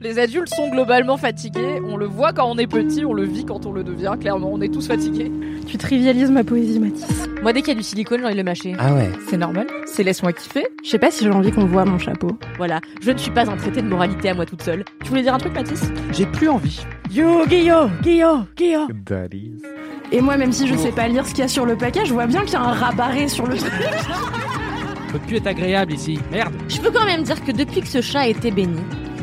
Les adultes sont globalement fatigués. On le voit quand on est petit, on le vit quand on le devient. Clairement, on est tous fatigués. Tu trivialises ma poésie, Mathis. Moi, dès qu'il y a du silicone, j'ai envie de le mâcher. Ah ouais. C'est normal. C'est laisse-moi kiffer. Je sais pas si j'ai envie qu'on voit mon chapeau. Voilà, je ne suis pas un traité de moralité à moi toute seule. Tu voulais dire un truc, Mathis J'ai plus envie. Yo, Guillaume, Guillaume, Guillaume. Et moi, même si je sais pas lire ce qu'il y a sur le paquet, je vois bien qu'il y a un rabarré sur le truc. Votre cul est agréable ici. Merde. Je peux quand même dire que depuis que ce chat a été béni,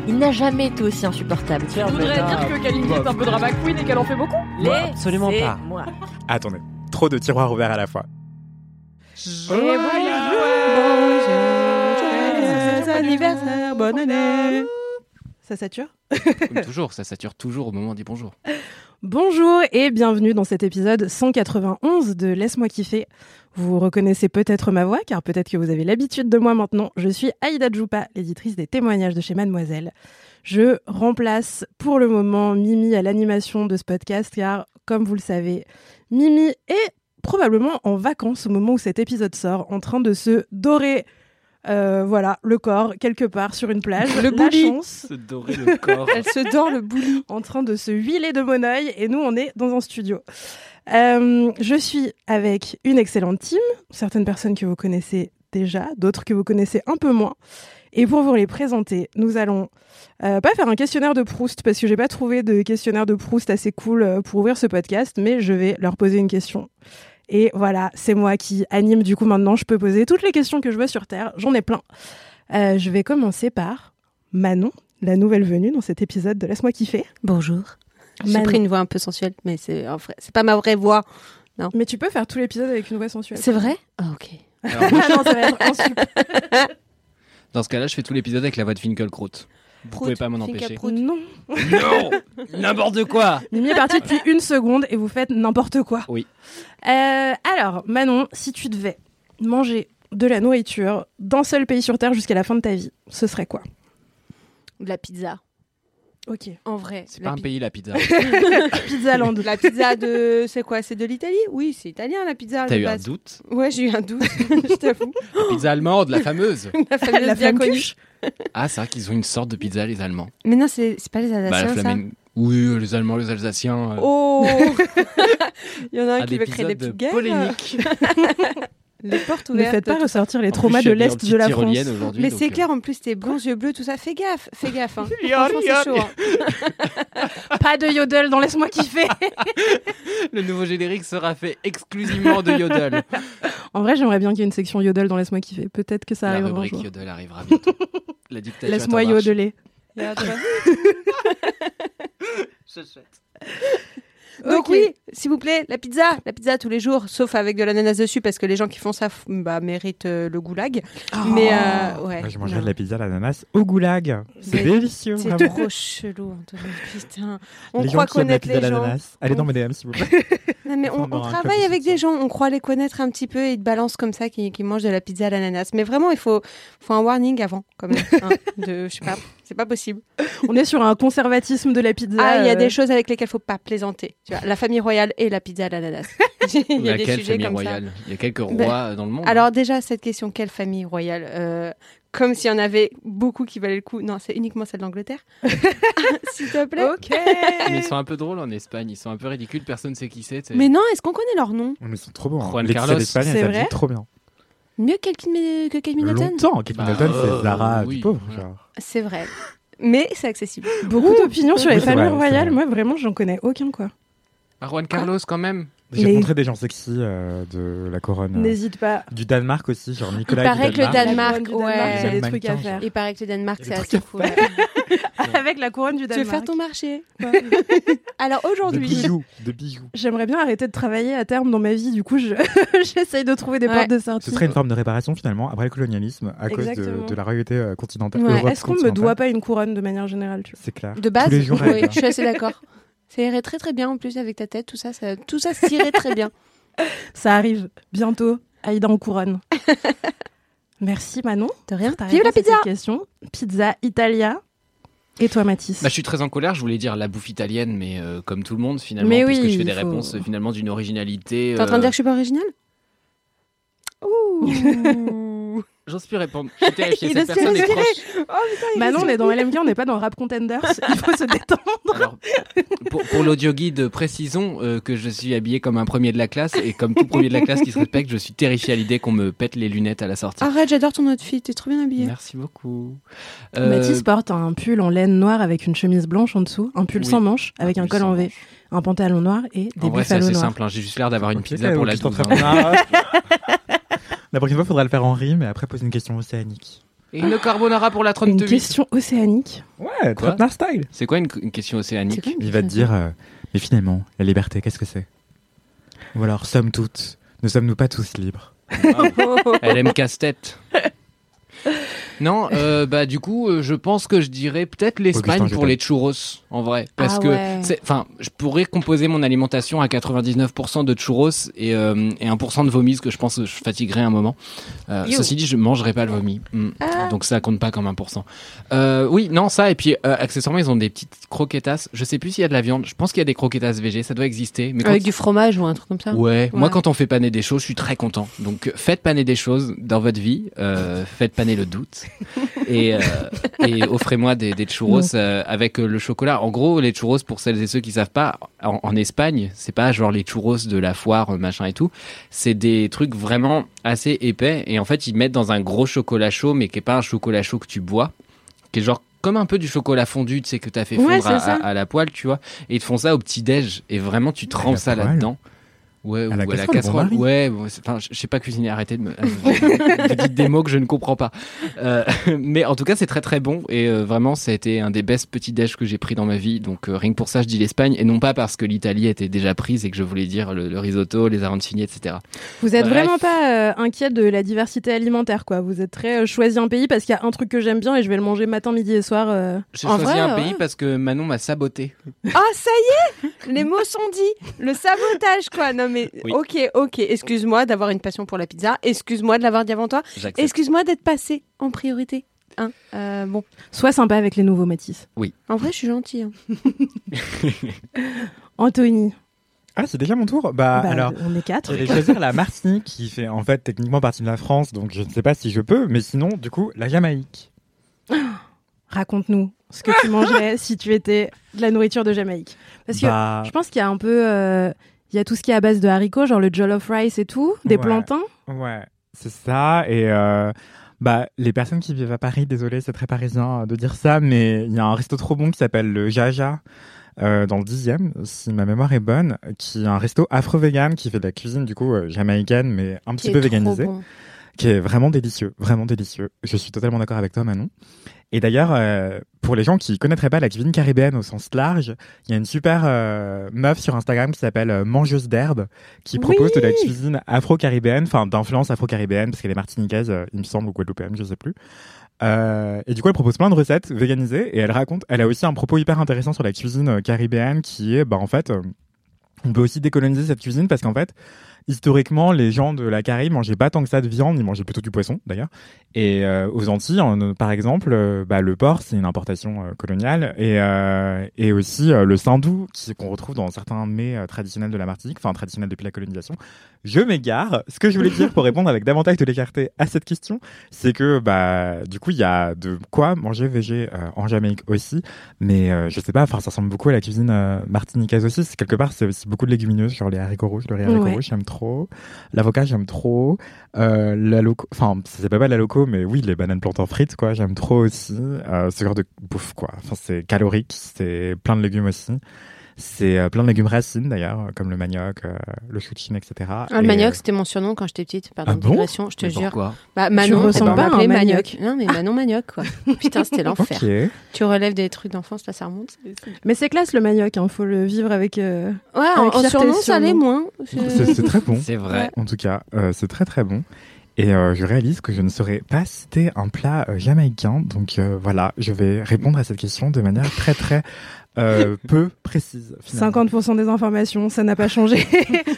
il n'a jamais été aussi insupportable. Je voudrais dire que Kalindi est un peu drama queen et qu'elle en fait beaucoup. Absolument pas. Moi. Attendez, trop de tiroirs ouverts à la fois. anniversaire, bonne année. Ça sature Comme toujours, ça sature toujours au moment des bonjours. Bonjour et bienvenue dans cet épisode 191 de Laisse-moi kiffer. Vous reconnaissez peut-être ma voix, car peut-être que vous avez l'habitude de moi maintenant. Je suis Aïda Djoupa, l'éditrice des témoignages de chez Mademoiselle. Je remplace pour le moment Mimi à l'animation de ce podcast, car comme vous le savez, Mimi est probablement en vacances au moment où cet épisode sort, en train de se dorer. euh, voilà, le corps quelque part sur une plage. La Le bouli. chance, Se dorer le corps. elle se dort le bouli en train de se huiler de mon œil et nous on est dans un studio. Euh, je suis avec une excellente team, certaines personnes que vous connaissez déjà, d'autres que vous connaissez un peu moins. Et pour vous les présenter, nous allons euh, pas faire un questionnaire de Proust parce que j'ai pas trouvé de questionnaire de Proust assez cool euh, pour ouvrir ce podcast, mais je vais leur poser une question. Et voilà, c'est moi qui anime du coup maintenant, je peux poser toutes les questions que je vois sur Terre, j'en ai plein. Euh, je vais commencer par Manon la nouvelle venue dans cet épisode de Laisse-moi kiffer. Bonjour. J'ai Manon. pris une voix un peu sensuelle, mais c'est en vrai- c'est pas ma vraie voix. Mais tu peux faire tout l'épisode avec une voix sensuelle. C'est vrai Ah, ok. Alors, Ah non, ça va être insupportable. dans ce cas-là, je fais tout l'épisode avec la voix de Finkelkraut. Vous pouvez pas m'en empêcher. non. Non N'importe quoi Mimi est partie depuis une seconde et vous faites n'importe quoi. Oui. Euh, alors, Manon, si tu devais manger de la nourriture d'un seul pays sur Terre jusqu'à la fin de ta vie, ce serait quoi De la pizza. Ok. En vrai. C'est pas un pays, la pizza. Pizza Land. La pizza de. C'est quoi C'est de l'Italie Oui, c'est italien la pizza. T'as de eu un base. doute Ouais, j'ai eu un doute, je t'avoue. La Pizza allemande, la fameuse La fameuse La bien flamme connue. cuche. Ah, c'est vrai qu'ils ont une sorte de pizza, les Allemands. Mais non, c'est c'est pas les Bah, la Alsaciens, ça. flamen- Oui, les Allemands, les Alsaciens. euh, Oh Il y en a un à qui veut créer des petites guerres. Ah, polémiques. Les portes Ne ouvertes. faites pas tout ressortir les En plus, traumas je suis de habillé en l'Est petite de la France. tyrolienne aujourd'hui. Mais donc, c'est euh, clair, en plus, tes bons yeux bleus, tout ça, fais gaffe, fais gaffe. Hein. Yori, Franchement, c'est chaud. yori. hein. Pas de yodel dans Laisse-moi kiffer. Le nouveau générique sera fait exclusivement de Yodel. en vrai, j'aimerais bien qu'il y ait une section yodel dans Laisse-moi kiffer. Peut-être que ça Ah La arrivera un rubrique jour. Yodel arrivera bientôt. La dictature. Laisse-moi est en marche. yodeler. Et à toi. Ok. Donc oui, s'il vous plaît, la pizza, la pizza tous les jours, sauf avec de l'ananas dessus, parce que les gens qui font ça f- bah, méritent euh, le goulag. Oh. Mais euh, ouais. Moi, je mangerais non. de la pizza à l'ananas au goulag. C'est Mais délicieux, C'est vraiment. trop chelou, Antoine. Putain, on les gens croit qui aiment la connaître pizza à les gens. l'ananas. Allez dans mes DM, s'il vous plaît. Non, mais Faut on, en on avoir un travaille comme avec ça. des gens, on croit les connaître un petit peu et ils te balancent comme ça qui, qui mangent de la pizza à l'ananas. Mais vraiment, il faut, faut un warning avant, quand même. hein, de, je sais pas, c'est pas possible. On est sur un conservatisme de la pizza. Ah, il y a euh, des choses avec lesquelles faut pas plaisanter. Tu vois, la famille royale et la pizza à l'ananas. Il y a des Laquelle sujets famille comme ça. royale Il y a quelques rois Ben, euh, dans le monde. Alors déjà, cette question, quelle famille royale Euh, Comme s'il y en avait beaucoup qui valaient le coup. Non, c'est uniquement celle d'Angleterre. S'il te plaît. Ok. Mais ils sont un peu drôles en Espagne, ils sont un peu ridicules, personne ne sait qui c'est. t'sais. Mais non, est-ce qu'on connaît leur nom Mais Ils sont trop bons. hein. Juan les pizzas Carlos. d'Espagne, C'est elles vrai habillent trop bien. Mieux que Kate que Kate Middleton Longtemps, Kate Bah, Middleton, euh, c'est Zara oui, Ah, du pauvre. voilà. genre. C'est vrai. Mais c'est accessible. Beaucoup d'opinions sur les Oui, c'est familles vrai, c'est royales. vrai. Moi, vraiment, j'en connais aucun, quoi. Ah, Juan Carlos quand même J'ai Mais- rencontré des gens sexy euh, de la couronne. euh, N'hésite pas. Du Danemark aussi, genre Il Nicolas. paraît que le Danemark, La couronne du Danemark, ouais. il y a des Mannequin, trucs à genre. faire. Il paraît que le Danemark, c'est des assez fou. ouais. Avec la couronne du Tu veux faire Danemark. ton marché quoi. Alors De aujourd'hui, bijoux, de bijoux. J'aimerais bien arrêter de travailler à terme dans ma vie. Du coup, je- j'essaye de trouver des Ouais. portes de sortie. Ce serait une forme de réparation finalement après le colonialisme à cause Exactement. de, de la royauté euh, continentale. Ouais. Europe Est-ce qu'on me continentale. doit pas une couronne de manière générale tu vois C'est clair. de base, Tous les jours, oui, elle est là. je suis assez d'accord. Ça irait très très bien en plus avec ta tête, tout ça, ça tout ça s'irait très bien. Ça arrive bientôt. Aïda en couronne. Merci Manon. De rien. pour ta Vive la réponse à pizza cette question. Pizza Italia. Et toi Mathis Bah, je suis très en colère, je voulais dire la bouffe italienne, mais euh, comme tout le monde finalement, Mais parce que oui, je fais des il faut- réponses euh, finalement d'une originalité. euh, T'es en train de dire que je suis pas originale Ouh J'en suis répondre. Je suis terrifié, Il cette a personne est respiré. proche. Oh, putain, il Manon, on respire. est Bah dans LMK, on n'est pas dans Rap Contenders. Il faut se détendre. Alors, pour, pour l'audio guide, précisons euh, que je suis habillé comme un premier de la classe et comme tout premier de la classe qui se respecte, je suis terrifié à l'idée qu'on me pète les lunettes à la sortie. Arrête, j'adore ton outfit, t'es trop bien habillée. Merci beaucoup. Euh, Mathis porte un pull en laine noire avec une chemise blanche en dessous, un pull Oui. sans manches avec un, pull col sans en V, manches. un pantalon noir et des en vrai, c'est buffalo assez noirs. simple. hein. J'ai juste l'air d'avoir une Ok, pizza pour la hein. Auguste en 12. train de- Ah. La prochaine fois, faudra le faire en rime et après poser une question océanique. Et une carbonara pour la Une 38. question océanique. Quoi Ouais, Trottenard style. C'est quoi une, une question océanique C'est quoi Il va te dire, euh, mais finalement, la liberté, qu'est-ce que c'est Ou alors, sommes toutes, ne sommes-nous pas tous libres Elle aime casse-tête. Non, euh, bah du coup, euh, je pense que je dirais peut-être l'Espagne Augustin, pour je les churros, en vrai, parce Ah que ouais. c'est, enfin, je pourrais composer mon alimentation à 99% de churros et, euh, et 1% de vomi, ce que je pense que je fatiguerai un moment. Euh, You. ceci dit, je mangerai pas le vomi, Mm. Ah. donc ça compte pas comme 1%. Euh, oui, non, ça et puis euh, accessoirement, ils ont des petites croquetas. Je sais plus s'il y a de la viande. Je pense qu'il y a des croquetas VG, ça doit exister. Mais quand Avec du fromage ou un truc comme ça. Ouais. moi Ouais. quand on fait paner des choses, je suis très content. Donc euh, faites paner des choses dans votre vie, euh, faites paner le doute et, euh, et offrez-moi des, des churros euh, avec euh, le chocolat. En gros, les churros pour celles et ceux qui savent pas, en, en Espagne, c'est pas genre les churros de la foire euh, machin et tout, c'est des trucs vraiment assez épais et en fait ils mettent dans un gros chocolat chaud mais qui est pas un chocolat chaud que tu bois, qui est genre comme un peu du chocolat fondu, tu sais, que t'as fait fondre Ouais, à, c'est ça. à- à la poêle, tu vois. Et ils te font ça au petit-déj. Et vraiment, tu trempes la ça poêle. là-dedans. Ouais, ou la à la casserole, bon casserole. mari. ouais, bon, c'est- enfin, je je sais pas cuisiner, arrêtez de me. euh, Vous dites des mots que je ne comprends pas. Euh, mais en tout cas, c'est très très bon et euh, vraiment, ça a été un des best petits déj que j'ai pris dans ma vie. Donc, euh, rien que pour ça, je dis l'Espagne et non pas parce que l'Italie était déjà prise et que je voulais dire le, le risotto, les arancini, etc. Vous êtes Bah, Bref. vraiment pas euh, inquiet de la diversité alimentaire, quoi. Vous êtes très euh, choisi un pays parce qu'il y a un truc que j'aime bien et je vais le manger matin, midi et soir. euh. J'ai En choisi vrai, un ouais. pays parce que Manon m'a saboté. Ah, ça y est Les mots sont dits. Le sabotage, quoi. Non, mais Oui. ok, ok. Excuse-moi d'avoir une passion pour la pizza. Excuse-moi de l'avoir dit avant toi. J'accepte. Excuse-moi d'être passé en priorité. Hein Euh, bon, Sois sympa avec les nouveaux Matisse. en vrai, je suis gentille. hein. Anthony, Ah, c'est déjà mon tour Bah, bah, alors. on est quatre. J'allais choisir la Martinique, qui fait en fait techniquement partie de la France, donc je ne sais pas si je peux, mais sinon, du coup, la Jamaïque. Raconte-nous ce que tu mangerais si tu étais de la nourriture de Jamaïque. Parce que Bah, je pense qu'il y a un peu. euh, Il y a tout ce qui est à base de haricots, genre le jollof rice et tout, des Ouais. plantains. Ouais, c'est ça. Et euh, bah, les personnes qui vivent à Paris, désolé, c'est très parisien euh, de dire ça, mais il y a un resto trop bon qui s'appelle le Jaja. euh, dans le dixième, si ma mémoire est bonne, qui est un resto afro-vegan qui fait de la cuisine du coup euh, jamaïcaine, mais un petit Qui peu est trop véganisée, bon. qui est vraiment délicieux, vraiment délicieux. Je suis totalement d'accord avec toi, Manon. Et d'ailleurs, euh, pour les gens qui connaîtraient pas la cuisine caribéenne au sens large, il y a une super euh, meuf sur Instagram qui s'appelle euh, Mangeuse d'herbe, qui Oui. propose de la cuisine afro-caribéenne, enfin d'influence afro-caribéenne, parce qu'elle est martiniquaise, euh, il me semble, ou guadeloupéenne, je sais plus. Euh, et du coup, elle propose plein de recettes véganisées, et elle raconte, elle a aussi un propos hyper intéressant sur la cuisine euh, caribéenne, qui est, bah en fait, euh, on peut aussi décoloniser cette cuisine, parce qu'en fait, historiquement, les gens de la Caraïbe mangeaient pas tant que ça de viande, ils mangeaient plutôt du poisson, d'ailleurs. Et euh, aux Antilles, en, euh, par exemple, euh, bah, le porc, c'est une importation euh, coloniale. Et, euh, et aussi euh, le sindou, qui- qu'on retrouve dans certains mets euh, traditionnels de la Martinique, enfin traditionnels depuis la colonisation. Je m'égare. Ce que je voulais dire pour répondre avec davantage de légèreté à cette question, c'est que bah, du coup, il y a de quoi manger végé euh, en Jamaïque aussi. Mais euh, je sais pas, enfin, ça ressemble beaucoup à la cuisine euh, martiniquaise aussi. C'est- Quelque part, c'est aussi beaucoup de légumineuses, genre les haricots rouges. Le riz haricot Ouais. rouge, j'aime trop. L'avocat, j'aime trop. Euh, la loco, enfin, ça s'appelle pas la loco, mais oui, les bananes plantes en frites, quoi, j'aime trop aussi. Euh, ce genre de bouffe, quoi. Enfin, c'est calorique, c'est plein de légumes aussi. C'est euh, plein de légumes racines d'ailleurs, euh, comme le manioc, euh, le chouchine, etc. Ah, le Et, manioc, euh, c'était mon surnom quand j'étais petite. Pardon, Ah bon digression, je te Mais jure. pourquoi bah, Tu Manon, ressembles on pas à un m'appelait manioc. manioc. Non, mais Manon Manioc, quoi. Putain, c'était l'enfer. Ok. Tu relèves des trucs d'enfance, là, ça remonte. Mais c'est classe le manioc, il faut le vivre avec. euh, Ouais, en- avec en fierté, surnom, ça allait moins. C'est c'est très bon. C'est vrai. Ouais. En tout cas, euh, c'est très très bon. Et euh, je réalise que je ne saurais pas citer un plat euh, jamaïcain. Donc euh, voilà, je vais répondre à cette question de manière très très euh, peu précise. Finalement. 50% des informations, ça n'a pas changé.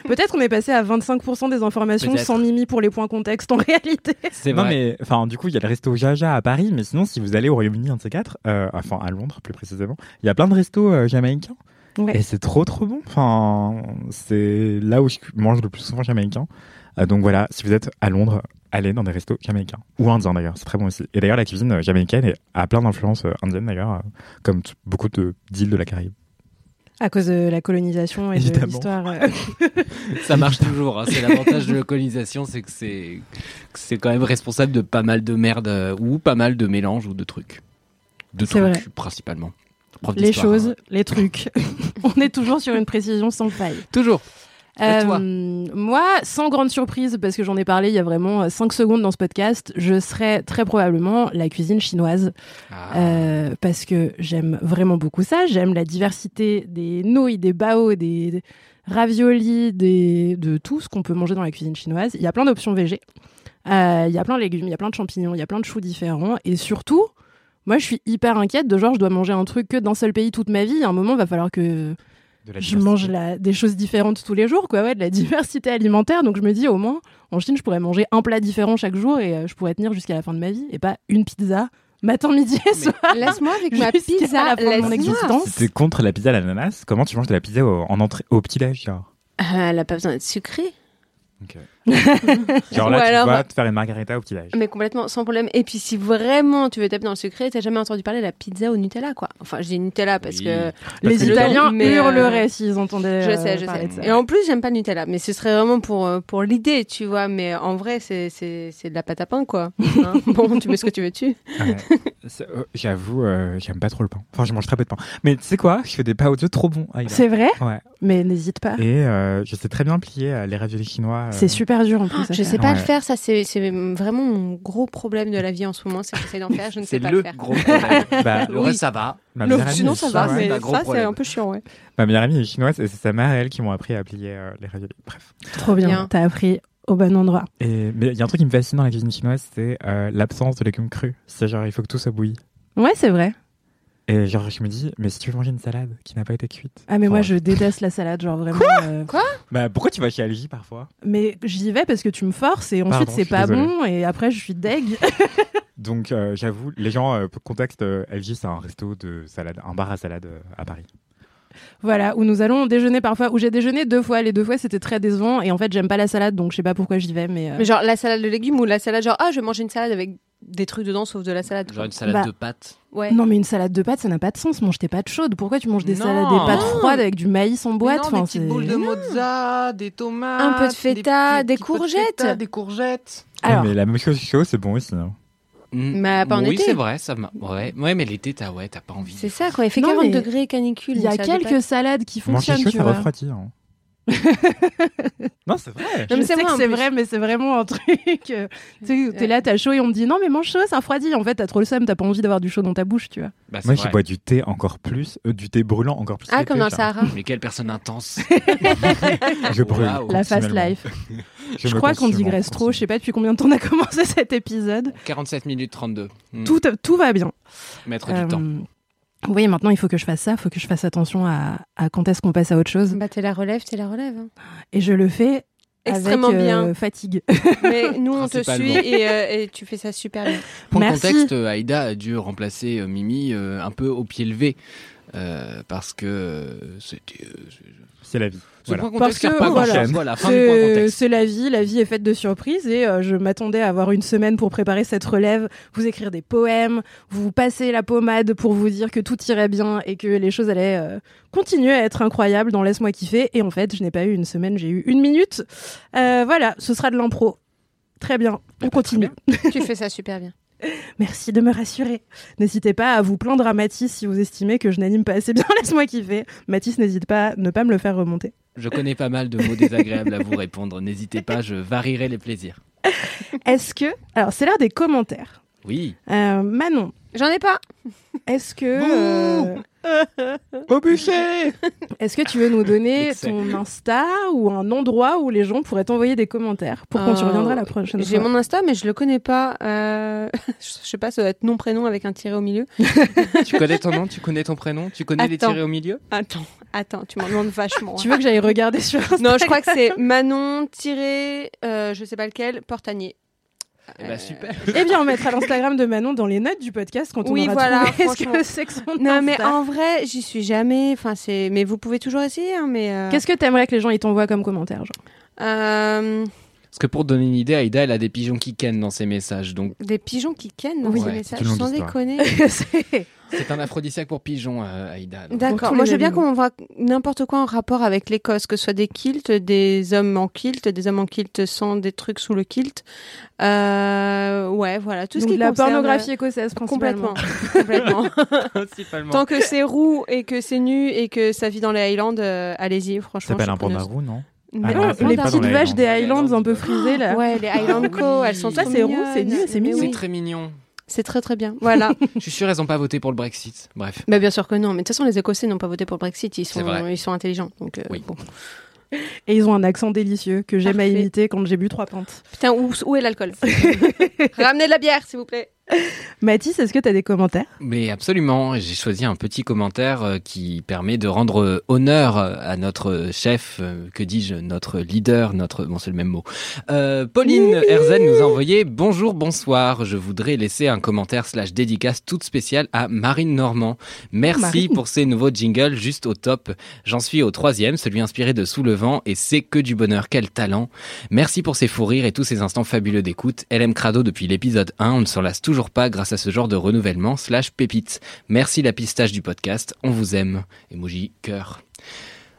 Peut-être on est passé à 25% des informations Peut-être. sans mimi pour les points contexte en réalité. Non, mais enfin, du coup, il y a le resto Jaja à Paris, mais sinon, si vous allez au Royaume-Uni, un de ces quatre, euh, enfin à Londres plus précisément, il y a plein de restos euh, jamaïcains. Ouais. Et c'est trop trop bon. Enfin, c'est là où je mange le plus souvent jamaïcain. Euh, donc voilà, si vous êtes à Londres, allez dans des restos jamaïcains ou indiens d'ailleurs, c'est très bon aussi. Et d'ailleurs, la cuisine euh, jamaïcaine est- a plein d'influences euh, indiennes d'ailleurs, euh, comme t- beaucoup de- d'îles de la Caraïbe. À cause de la colonisation et de Évidemment. l'histoire. euh, Ça marche toujours. hein. C'est l'avantage de la colonisation, c'est que c'est que c'est quand même responsable de pas mal de merde euh, ou pas mal de mélanges ou de trucs. De C'est trucs vrai. principalement. Prof les d'histoire, choses, hein. les trucs. on est toujours sur une précision sans faille. Euh, Toujours. Et toi moi, sans grande surprise, parce que j'en ai parlé il y a vraiment 5 secondes dans ce podcast, je serais très probablement la cuisine chinoise. Ah, Euh, parce que j'aime vraiment beaucoup ça. J'aime la diversité des nouilles, des bao, des, des raviolis, des, de tout ce qu'on peut manger dans la cuisine chinoise. Il y a plein d'options végé. Euh, il y a plein de légumes, il y a plein de champignons, il y a plein de choux différents. Et surtout, moi, je suis hyper inquiète de genre, je dois manger un truc que d'un seul pays toute ma vie. À un moment, il va falloir que De la je mange la- des choses différentes tous les jours, quoi, ouais, de la diversité alimentaire. Donc, je me dis, au moins, en Chine, je pourrais manger un plat différent chaque jour et euh, je pourrais tenir jusqu'à la fin de ma vie et pas une pizza matin, midi et soir. Laisse-moi avec ma Jusqu'à pizza, la fin de mon laisse-moi. existence. Si t'es contre la pizza à l'ananas, comment tu manges de la pizza au, en entrée, au petit déj genre Ah, elle a pas besoin d'être sucrée. Genre là, tu Ou alors- vas te faire une margarita au petit déj. Mais complètement, sans problème. Et puis si vraiment tu veux taper dans le secret, t'as jamais entendu parler de la pizza au Nutella, quoi. Enfin, je dis Nutella parce que... Les je le Italiens dis, mais, euh, hurleraient s'ils entendaient. Je euh, sais, je parler de ça. sais. Et en plus, j'aime pas le Nutella, mais ce serait vraiment pour, euh, pour l'idée, tu vois. Mais en vrai, c'est c'est- c'est de la pâte à pain, quoi. Hein bon, tu mets ce que tu veux dessus. Ouais. C'est- euh, J'avoue, euh, j'aime pas trop le pain. Enfin, je mange très peu de pain. Mais tu sais quoi Je fais des pas aux yeux trop bons. Ah, il a- C'est vrai Ouais. Mais n'hésite pas. Et euh, je sais très bien plier euh, les raviolis chinois. euh. C'est super dur en plus. à Ah, Je sais faire. pas Ouais. le faire, ça, c'est c'est vraiment mon gros problème de la vie en ce moment. C'est que j'essaie d'en faire, je ne sais C'est pas le le faire. gros problème. Bah, le reste, ça va. Ma meilleure amie Sinon, est ça va, chinoise. mais c'est un gros ça, c'est problème. Ah. un peu chiant, ouais. Ma meilleure amie est chinoise et c'est sa mère et elle qui m'ont appris à plier euh, les raviolis. Bref. Trop bien. Bien. T'as appris au bon endroit. Et, mais il y a un truc qui me fascine dans la cuisine chinoise, c'est euh, l'absence de légumes crus. C'est genre, il faut que tout soit bouilli. Ouais, c'est vrai. Et genre, je me dis, mais si tu veux manger une salade qui n'a pas été cuite. Ah, mais moi, Enfin, je déteste la salade, genre vraiment. euh, Bah, pourquoi tu vas chez Algie parfois Mais j'y vais parce que tu me forces et ensuite Pardon, je c'est suis pas désolé. bon et après je suis deg. Donc, euh, j'avoue, les gens, euh, pour contexte, euh, LJ, c'est un resto de salade, un bar à salade euh, à Paris. voilà, où nous allons déjeuner parfois, où j'ai déjeuné deux fois. Les deux fois c'était très décevant et en fait j'aime pas la salade donc je sais pas pourquoi j'y vais. Mais, euh, Mais genre, la salade de légumes ou la salade, genre, ah, je vais manger une salade avec des trucs dedans sauf de la salade. Genre quoi. une salade Bah. de pâtes. Ouais. Non, mais une salade de pâtes ça n'a pas de sens. Mange tes pâtes chaudes. Pourquoi tu manges des Non. salades, des pâtes Non. froides avec du maïs en boîte Enfin, c'est- mozza, des tomates, Un peu de feta, des courgettes. des courgettes. Alors, Ouais, mais la même chose chaud, c'est bon aussi, hein. non Mais Bah, pas en Mm. oui, été. c'est vrai, ça m'a- ouais. ouais, mais l'été, t'as ouais, t'as pas envie. C'est ça, quoi. Il fait Non, 40 mais degrés canicule. il y a une salade de quelques salades qui Manger fonctionnent, chaud, tu ça vois. refroidit. hein. non, c'est vrai. Non, je mais sais c'est que vrai, en c'est plus. vrai, mais c'est vraiment un truc. euh, tu sais, où t'es Ouais. là, t'as chaud et on te dit non, mais mange chaud, ça refroidit. En fait, t'as trop le seum, t'as pas envie d'avoir du chaud dans ta bouche, tu vois. Bah, c'est Moi, vrai. je bois du thé encore plus, euh, du thé brûlant encore plus. Ah, l'été, comme dans le genre. Sahara. Mais quelle personne intense. Je brûle. Waouh. La fast continuellement. life. Je, me crois qu'on consume en digresse trop. Je sais pas depuis combien de temps on a commencé cet épisode. 47 minutes 32. Mm. Hmm. Tout, tout va bien. Mettre Euh, du temps. Oui, maintenant il faut que je fasse ça, il faut que je fasse attention à, à quand est-ce qu'on passe à autre chose. Bah, t'es la relève, t'es la relève. hein. Et je le fais Extrêmement avec, euh, bien. fatigue. Mais nous, on te Principalement. suit et, euh, et tu fais ça super bien. Pour le Merci. contexte, euh, Aïda a dû remplacer euh, Mimi euh, un peu au pied levé. euh, parce que euh, c'était. euh, c'est- C'est la vie. ce Voilà. point Parce contexte qui a que, pas voilà. grand-chose. Voilà, fin du point C'est contexte. c'est la vie, la vie est faite de surprises et euh, je m'attendais à avoir une semaine pour préparer cette relève, vous écrire des poèmes, vous passer la pommade pour vous dire que tout irait bien et que les choses allaient euh, continuer à être incroyables dans Laisse-moi kiffer. Et en fait, je n'ai pas eu une semaine, j'ai eu une minute. Euh, voilà, ce sera de l'impro. Très bien, on bah, très continue. bien. tu fais ça super bien. Merci de me rassurer. N'hésitez pas à vous plaindre à Mathis si vous estimez que je n'anime pas assez bien. Laisse-moi kiffer. Mathis, n'hésite pas à ne pas me le faire remonter. Je connais pas mal de mots désagréables à vous répondre. N'hésitez pas, je varierai les plaisirs. Est-ce que. Alors, c'est l'heure des commentaires. Oui. Euh, Manon. J'en ai pas. Est-ce que. euh, Au bûcher Est-ce que tu veux nous donner Excellent. ton Insta ou un endroit où les gens pourraient t'envoyer des commentaires pour quand tu Euh, reviendras la prochaine fois J'ai mon Insta, mais je le connais pas. Euh, je je sais pas, ça doit être nom-prénom avec un tiret au milieu. Tu connais ton nom, tu connais ton prénom, tu connais les Attends. tirés au milieu Attends, attends, tu m'en demandes vachement. hein. Tu veux que j'aille regarder sur Instagram Non, je crois que c'est Manon tiré, euh, je sais pas lequel, Portanier. Eh bah super. Eh bien, on mettra l'Instagram de Manon dans les notes du podcast quand on oui, aura voilà. trouvé ce franchement. que c'est que son Euh, Non, mais Insta. en vrai, j'y suis jamais. Enfin, c'est. Mais vous pouvez toujours essayer. hein, mais euh, Qu'est-ce que t'aimerais que les gens ils t'envoient comme commentaire genre euh, Parce que pour donner une idée, Aïda, elle a des pigeons qui kennent dans ses messages. Donc des pigeons qui kennent dans Oui. ces Ouais, messages, c'est une longue sans histoire. déconner. c'est un aphrodisiaque pour pigeons, euh, Aïda. donc. D'accord. tous Moi, les je veux bien animaux. qu'on voit n'importe quoi en rapport avec l'Écosse, que ce soit des kilts, des hommes en kilt, des hommes en kilt sans des trucs sous le kilt. Euh, ouais, voilà, tout Donc ce qui de la concerne- euh, pornographie écossaise principalement. Complètement. complètement. Principalement. Tant que c'est roux et que c'est nu et que ça vit dans les Highlands, euh, allez-y, franchement. Ça s'appelle je un suis preneuse. pandarou, non Ah Mais non, non, c'est les pas dans petites les vaches Highlands. des Highlands un peu frisées là. Ouais, les Highland Co, elles sont Ça, trop c'est roux, mignonnes. c'est nu et c'est Mais mignon. oui. C'est très mignon. C'est très très bien. Voilà. Je suis sûr, elles n'ont pas voté pour le Brexit. Bref. bah, bien sûr que non, mais de toute façon, les Écossais n'ont pas voté pour le Brexit, ils C'est sont, vrai. ils sont intelligents. Donc, euh, Oui. bon. Et ils ont un accent délicieux que j'aime à Parfait. imiter quand j'ai bu trois pintes. Putain, où, où est l'alcool Ramenez de la bière, s'il vous plaît. Mathis, est-ce que t'as des commentaires Mais absolument, j'ai choisi un petit commentaire euh, qui permet de rendre euh, honneur euh, à notre chef, euh, que dis-je, notre leader, notre... Bon, c'est le même mot. Euh, Pauline Herzen nous a envoyé « Bonjour, bonsoir, je voudrais laisser un commentaire slash dédicace toute spéciale à Marine Normand. Merci Marine. pour ces nouveaux jingles juste au top. J'en suis au troisième, celui inspiré de Sous le vent, et c'est que du bonheur, quel talent. Merci pour ces fous rires et tous ces instants fabuleux d'écoute. LM Crado depuis l'épisode 1, on ne s'en lasse toujours pas grâce à ce genre de renouvellement slash pépite. Merci la pistache du podcast, on vous aime. Emoji cœur.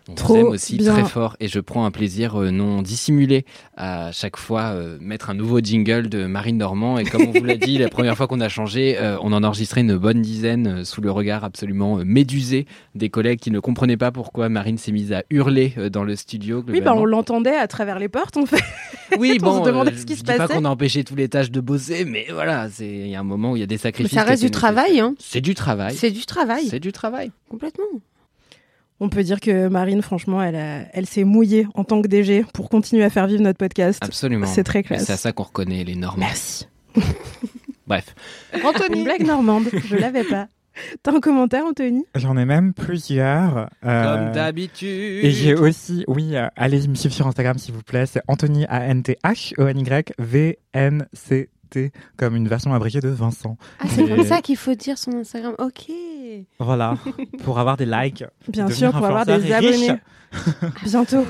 On Trop vous aime aussi bien. très fort et je prends un plaisir euh, non dissimulé à chaque fois euh, mettre un nouveau jingle de Marine Normand et comme on vous l'a dit la première fois qu'on a changé, euh, on en a enregistré une bonne dizaine euh, sous le regard absolument euh, médusé des collègues qui ne comprenaient pas pourquoi Marine s'est mise à hurler euh, dans le studio. Oui, bah globalement. on l'entendait à travers les portes en fait. Oui, On bon, se demandait euh, ce qui je se dis pas passait. qu'on a empêché tous les tâches de bosser, mais voilà, c'est il y a un moment où il y a des Mais sacrifices. ça qui reste du étaient nécessaires. travail, hein. C'est du travail. C'est du travail. C'est du travail. Complètement. On peut dire que Marine, franchement, elle, a- elle s'est mouillée en tant que DG pour continuer à faire vivre notre podcast. Absolument. C'est très classe. Mais C'est à ça qu'on reconnaît les normes. Merci. Bref. Une blague normande, je l'avais pas. T'as un commentaire, Anthony J'en ai même plusieurs. euh, Comme d'habitude. Et j'ai aussi, oui, euh, allez me suivre sur Instagram s'il vous plaît, c'est Anthony A-N-T-H-E-N-Y-V-N-C-T, comme une version abrégée de Vincent. Ah, c'est Et comme ça qu'il faut dire son Instagram. Ok. Voilà, pour avoir des likes. Bien devenir sûr, pour avoir influenceur des et riche. abonnés. Bientôt.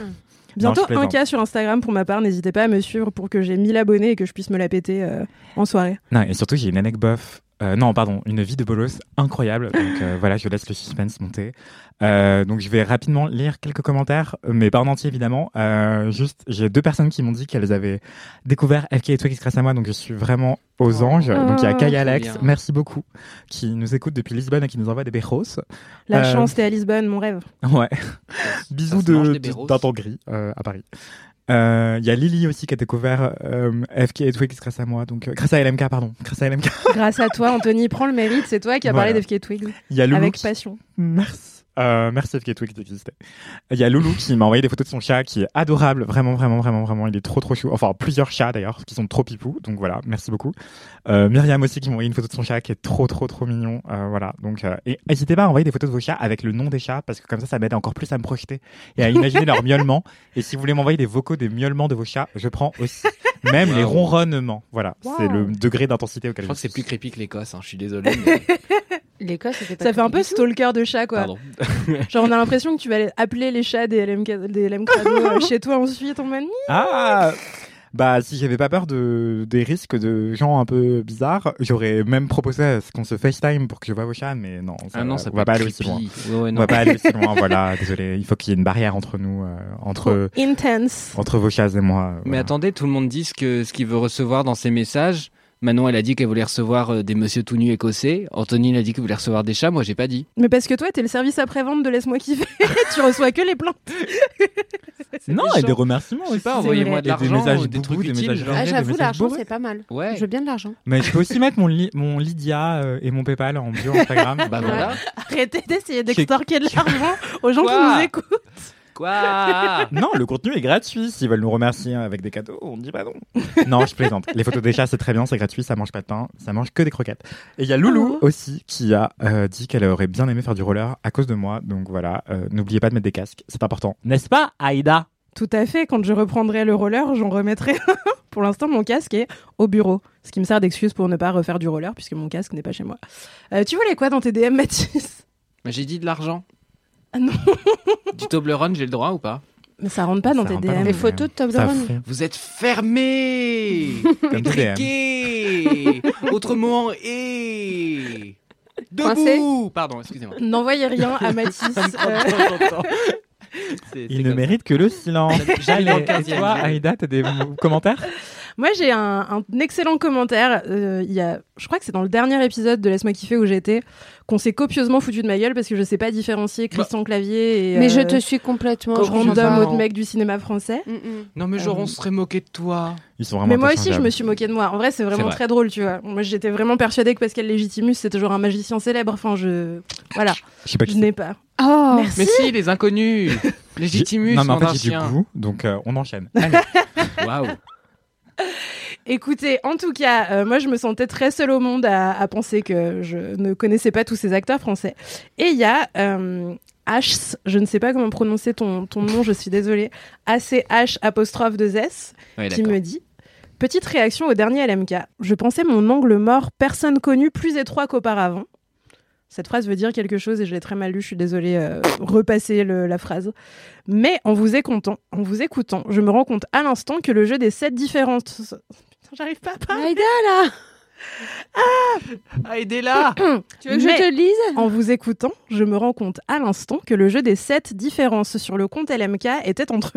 Bientôt je un plaisante. cas sur Instagram pour ma part. N'hésitez pas à me suivre pour que j'ai 1000 abonnés et que je puisse me la péter euh, en soirée. Non, et surtout, j'ai une anecdote bof. Euh, non, pardon, une vie de bolos incroyable. Donc euh, voilà, je laisse le suspense monter. Euh, donc je vais rapidement lire quelques commentaires, mais pas en entier évidemment. Euh, juste, j'ai deux personnes qui m'ont dit qu'elles avaient découvert FK et Twix grâce à moi, donc je suis vraiment aux Oh. anges. Donc il y a Kai Trop Alex, bien. merci beaucoup, qui nous écoute depuis Lisbonne et qui nous envoie des berros. La Euh, chance, t'es à Lisbonne, mon rêve. Ouais. Bisous se mange de, des berros. de- d'un temps gris euh, à Paris. Euh, Il y a Lily aussi qui a découvert euh, FK et Twix grâce à moi, donc euh, grâce à LMK, pardon, grâce à LMK. Grâce à toi, Anthony, prends le mérite. C'est toi qui as parlé Voilà. d'FK Twigs Il y a Loulou avec qui- passion. Merci. Euh, merci FK Twix d'exister. Il y a Loulou qui m'a envoyé des photos de son chat qui est adorable, vraiment, vraiment, vraiment, vraiment. Il est trop, trop chou. Enfin, plusieurs chats d'ailleurs qui sont trop pipous. Donc voilà, merci beaucoup. Euh, Myriam aussi qui m'a envoyé une photo de son chat qui est trop, trop, trop mignon. Euh, voilà. Donc, euh, et n'hésitez pas à envoyer des photos de vos chats avec le nom des chats parce que comme ça, ça m'aide encore plus à me projeter et à imaginer leurs miaulements. Et si vous voulez m'envoyer des vocaux des miaulements de vos chats, je prends aussi. Même les Wow. ronronnements. Voilà. Wow. C'est le degré d'intensité auquel Je crois que c'est suis. plus creepy que l'Écosse, hein, je suis désolé. mais- L'Écosse, c'était pas Ça fait un peu compliqué stalker de chat, quoi. Pardon. Genre, on a l'impression que tu vas aller appeler les chats des LMK, des LM Crado, euh, chez toi ensuite en mode. Ah Bah, si j'avais pas peur de, des risques de gens un peu bizarres, j'aurais même proposé à ce qu'on se FaceTime pour que je vois vos chats, mais non, ça, Ah non, ça peut on va être pas aller aussi creepy. loin. Ouais, ouais, On non. va pas aller aussi loin, voilà, désolé, il faut qu'il y ait une barrière entre nous, euh, entre, Intense. entre vos chats et moi. euh, Oh. Mais voilà. attendez, tout le monde dit ce que- ce qu'il veut recevoir dans ses messages. Manon, elle a dit qu'elle voulait recevoir euh, des monsieur tout nus écossais. Anthony, elle a dit qu'elle voulait recevoir des chats. Moi, j'ai pas dit. Mais parce que toi, t'es le service après-vente de Laisse-moi kiffer. tu reçois que les plantes. Non, et des remerciements Je sais aussi. pas, envoyez-moi de Et des l'argent, messages ou des boubous, trucs des utiles. messages Ah, urgents, des j'avoue, messages l'argent, bourrés. c'est pas mal. Ouais. Je veux bien de l'argent. Mais je peux aussi mettre mon, li- mon Lydia euh, et mon PayPal en bio Instagram. Bah voilà. Arrêtez d'essayer Check. d'extorquer de l'argent aux gens qui Quoi nous écoutent. Quoi Non, le contenu est gratuit. S'ils veulent nous remercier avec des cadeaux, on dit pas non. Non, je plaisante. Les photos des chats, c'est très bien, c'est gratuit, ça mange pas de pain, ça mange que des croquettes. Et il y a Loulou Oh. aussi qui a euh, dit qu'elle aurait bien aimé faire du roller à cause de moi. Donc voilà, euh, n'oubliez pas de mettre des casques, c'est important. N'est-ce pas, Aïda Tout à fait. Quand je reprendrai le roller, j'en remettrai un. pour l'instant, mon casque est au bureau. Ce qui me sert d'excuse pour ne pas refaire du roller puisque mon casque n'est pas chez moi. Euh, tu voulais quoi dans tes DM, Mathis Mais j'ai dit de l'argent. Ah non. du Toblerone, j'ai le droit ou pas Mais ça rentre pas dans Ça tes rentre pas dans DM. Les photos de Ça Toblerone. fond, Vous êtes fermés Comme des DM. Triqués Autrement, et... Debout Pardon, excusez-moi. N'envoyez rien à Mathis. Euh, Il ne mérite que le silence. J'allais dans le Allez, et 15e. toi, Aïda, t'as des m- commentaires Moi, j'ai un, un excellent commentaire. Euh, il y a, je crois que c'est dans le dernier épisode de Laisse-moi kiffer où j'étais, qu'on s'est copieusement foutu de ma gueule parce que je sais pas différencier Bah. Christian Clavier et Mais je euh, te suis complètement. au je comprends random pas. autre mec du cinéma français. Mm, mm. Non mais genre on serait moqué de toi. Ils sont vraiment Mais moi aussi, je interchangeables. me suis moquée de moi. En vrai, c'est vraiment C'est vrai. très drôle, tu vois. Moi, j'étais vraiment persuadée que Pascal Légitimus, c'était toujours un magicien célèbre. Enfin, je. Voilà, Je sais pas je qui c'est. n'ai pas. Oh, Merci. Mais si, les inconnus Légitimus, Non, mais en mon fait, j'ai du ancien. goût, donc euh, on enchaîne. Waouh Écoutez, en tout cas, euh, moi je me sentais très seule au monde à, à penser que je ne connaissais pas tous ces acteurs français. Et il y a euh, H, je ne sais pas comment prononcer ton, ton nom, je suis désolée, ACH apostrophe 2 S, Ouais, qui Eh, d'accord. me dit Petite réaction au dernier LMK. Je pensais mon angle mort, personne connu, plus étroit qu'auparavant. Cette phrase veut dire quelque chose et je l'ai très mal lu, je suis désolée, euh, repasser le- la phrase. Mais en vous, écoutant, en vous écoutant, je me rends compte à l'instant que le jeu des sept différentes. Putain, J'arrive pas à parler. Aïda là Ah, aidez-la Tu veux que je Mais- te le lise En vous écoutant, je me rends compte à l'instant que le jeu des sept différences sur le compte LMK était entre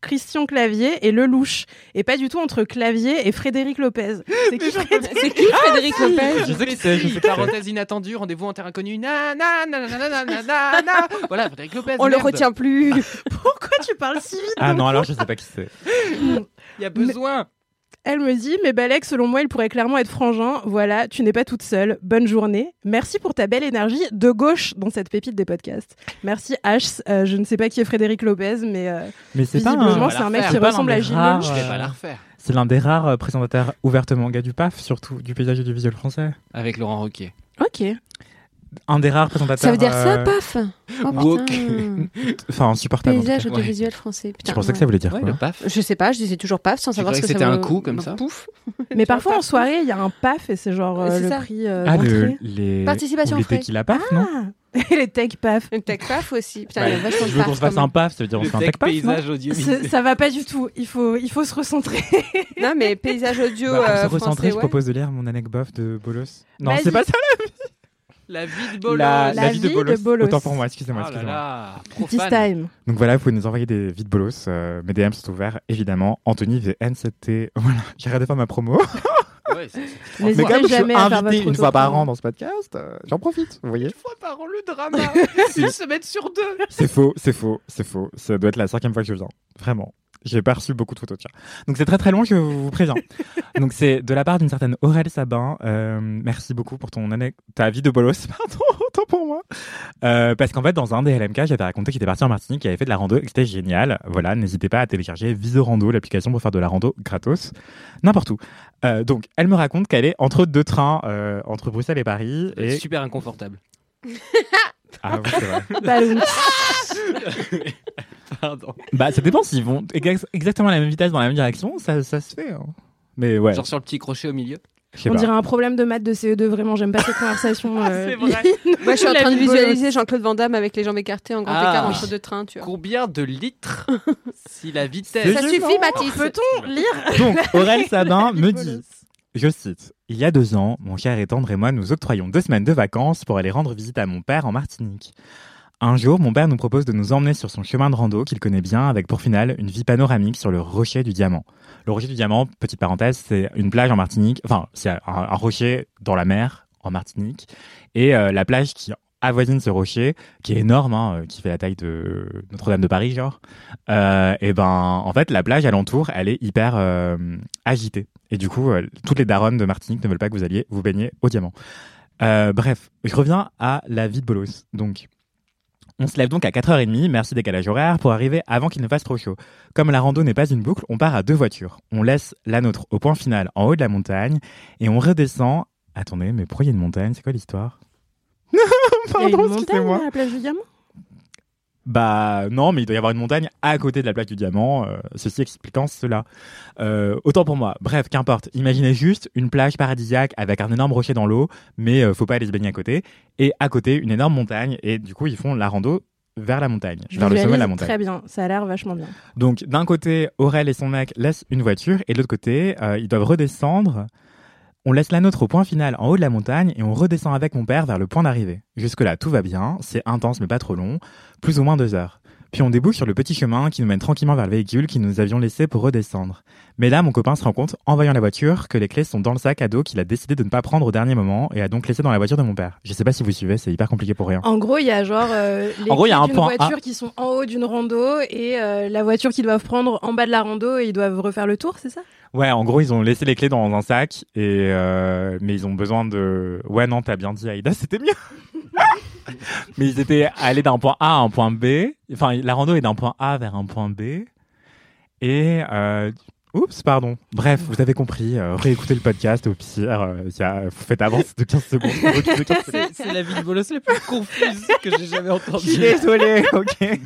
Christian Clavier et Lelouch, et pas du tout entre Clavier et Frédéric Lopez. C'est qui Frédéric C'est qui Frédéric Ah, Lopez Je sais que Mais c'est, je si, sais que c'est. Parenthèse inattendue, rendez-vous en terrain inconnu. Na, na, na, na, na, na, na, na, na. Voilà, Frédéric Lopez. On le merde. retient plus. Pourquoi tu parles si vite Ah d'un non, coup alors je sais pas qui c'est. Il y a besoin. Elle me dit, mais Balek, selon moi, il pourrait clairement être frangin. Voilà, tu n'es pas toute seule. Bonne journée. Merci pour ta belle énergie de gauche dans cette pépite des podcasts. Merci H. Euh, je ne sais pas qui est Frédéric Lopez, mais euh, Mais c'est pas visiblement, un... un- c'est un mec C'est qui pas l'un ressemble des à Gilles rares, Lelouch. Je vais pas Euh, la refaire. C'est l'un des rares euh, présentateurs ouvertement gars du PAF, surtout du paysage audiovisuel français. Avec Laurent Roquet. Ok. Un des rares présentateurs. Ça veut dire ça, euh, paf Oh Woke. putain Enfin, insupportable. en tout Paysage cas. audiovisuel français. Je Putain, pensais que ouais. ça voulait dire Ouais, quoi le paf. Je sais pas, je disais toujours paf sans savoir croyais ce que, que ça c'était un me- coup, comme ça Pouf. Mais parfois, en paf. soirée, il y a un paf et c'est genre euh, C'est le ça. prix euh, Ah, le, d'entrée. les. Participation ou les frais. tequila PAF, non Ah. Et les tech paf. Le tech paf aussi. Putain, Bah, il y a vachement Je de veux qu'on paf. se fasse quand un PAF, ça veut dire on se fait un tech PAF. non Ça ça va pas du tout. Il faut, il faut se recentrer. même. Non, mais paysage audio Bah, pour se euh, recentrer, français, je ouais. propose de lire mon anecdote de Bolos. Non, Vas-y. c'est pas ça La vie de la, Bolos. La vie de Bolos. Autant pour moi, excusez-moi. Ah là excusez-moi. là, This profane. time. Donc voilà, vous pouvez nous envoyer des vides bolos. euh, mes DM sont ouverts, évidemment. Anthony VNCT. Voilà, j'arrête de faire ma promo. Ouais, c'est- c'est- Mais N'hésitez comme je suis jamais à faire votre invité une auto- fois par an dans ce podcast, euh, j'en profite, vous voyez. Une fois par an, le drama. Une semaine sur deux. C'est faux, c'est faux, c'est faux. Ça doit être la cinquième fois que je viens. Vraiment. J'ai pas reçu beaucoup de photos de chats. Donc c'est très très long, je vous préviens. Donc c'est de la part d'une certaine Aurèle Sabin. Euh, merci beaucoup pour ton anecdote, ta vie de bolos, pardon, autant pour moi. Euh, parce qu'en fait, dans un des LMK, j'avais raconté qu'il était parti en Martinique, qu'il avait fait de la rando et que c'était génial. Voilà, n'hésitez pas à télécharger Visorando, l'application pour faire de la rando gratos, n'importe où. Euh, donc elle me raconte qu'elle est entre deux trains, euh, entre Bruxelles et Paris. Et... Ah, Super inconfortable. Ah, oui, c'est vrai. Balloon. Pardon. Bah, ça dépend s'ils vont exa- exactement à la même vitesse dans la même direction, ça, ça se fait. hein. Mais ouais, Genre sur le petit crochet au milieu. je sais On pas. dirait un problème de maths de CE2, vraiment, j'aime pas cette conversation. euh, C'est vrai. Moi, je suis en La train de vie de visualiser Jean-Claude Van Damme avec les jambes écartées en grand Ah. écart entre deux trains, tu vois. Combien de litres si la C'est vitesse Ça Je suffit, sens. Mathis. Peut-on lire Donc, Aurel Sabin la me vie de dit, Bolos je cite, Il y a deux ans, mon cher et tendre et moi nous octroyons deux semaines de vacances pour aller rendre visite à mon père en Martinique. Un jour, mon père nous propose de nous emmener sur son chemin de rando qu'il connaît bien, avec pour finale une vue panoramique sur le rocher du Diamant. Le rocher du Diamant, petite parenthèse, c'est une plage en Martinique, enfin, c'est un, un rocher dans la mer en Martinique, et euh, la plage qui avoisine ce rocher, qui est énorme, hein, euh, qui fait la taille de Notre-Dame de Paris, genre, euh, et ben, en fait, la plage alentour, elle est hyper euh, agitée. Et du coup, euh, toutes les daronnes de Martinique ne veulent pas que vous alliez vous baigner au diamant. Euh, bref, je reviens à la vie de Bolos. Donc, on se lève donc à 4h30, merci décalage horaire, pour arriver avant qu'il ne fasse trop chaud. Comme la rando n'est pas une boucle, on part à deux voitures. On laisse la nôtre au point final en haut de la montagne et on redescend. Attendez, mais pourquoi il y a une montagne C'est quoi l'histoire Il y a Pardon, une montagne excusez-moi. à la plage du Diamant Bah non, mais il doit y avoir une montagne à côté de la plaque du diamant, euh, ceci expliquant cela. Euh, autant pour moi, bref, qu'importe. Imaginez juste une plage paradisiaque avec un énorme rocher dans l'eau, mais euh, faut pas aller se baigner à côté. Et à côté, une énorme montagne, et du coup, ils font la rando vers la montagne, vers le sommet de la Visualise montagne. Très bien, ça a l'air vachement bien. Donc d'un côté, Aurel et son mec laissent une voiture et de l'autre côté, euh, ils doivent redescendre. On laisse la nôtre au point final en haut de la montagne et on redescend avec mon père vers le point d'arrivée. Jusque-là, tout va bien, c'est intense mais pas trop long, plus ou moins deux heures. Puis on débouche sur le petit chemin qui nous mène tranquillement vers le véhicule que nous avions laissé pour redescendre. Mais là, mon copain se rend compte, en voyant la voiture, que les clés sont dans le sac à dos qu'il a décidé de ne pas prendre au dernier moment et a donc laissé dans la voiture de mon père. Je sais pas si vous suivez, c'est hyper compliqué pour rien. En gros, il y a genre euh, les En gros, il y a clés un d'une point A. voiture qui sont en haut d'une rando et euh, la voiture qu'ils doivent prendre en bas de la rando et ils doivent refaire le tour, c'est ça Ouais, en gros, ils ont laissé les clés dans un sac, et euh, mais ils ont besoin de. Ouais, non, t'as bien dit, Aïda, c'était mieux. mais ils étaient allés d'un point A à un point B. Enfin, la rando est d'un point A vers un point B. Et. euh, Oups, pardon. Bref, vous avez compris. euh, réécoutez le podcast, au pire. euh, il y a- vous faites avance de 15 secondes. Reculez 15 secondes. C'est c'est la vie de Bolos la plus confuse que j'ai jamais Je suis entendue. désolé, ok.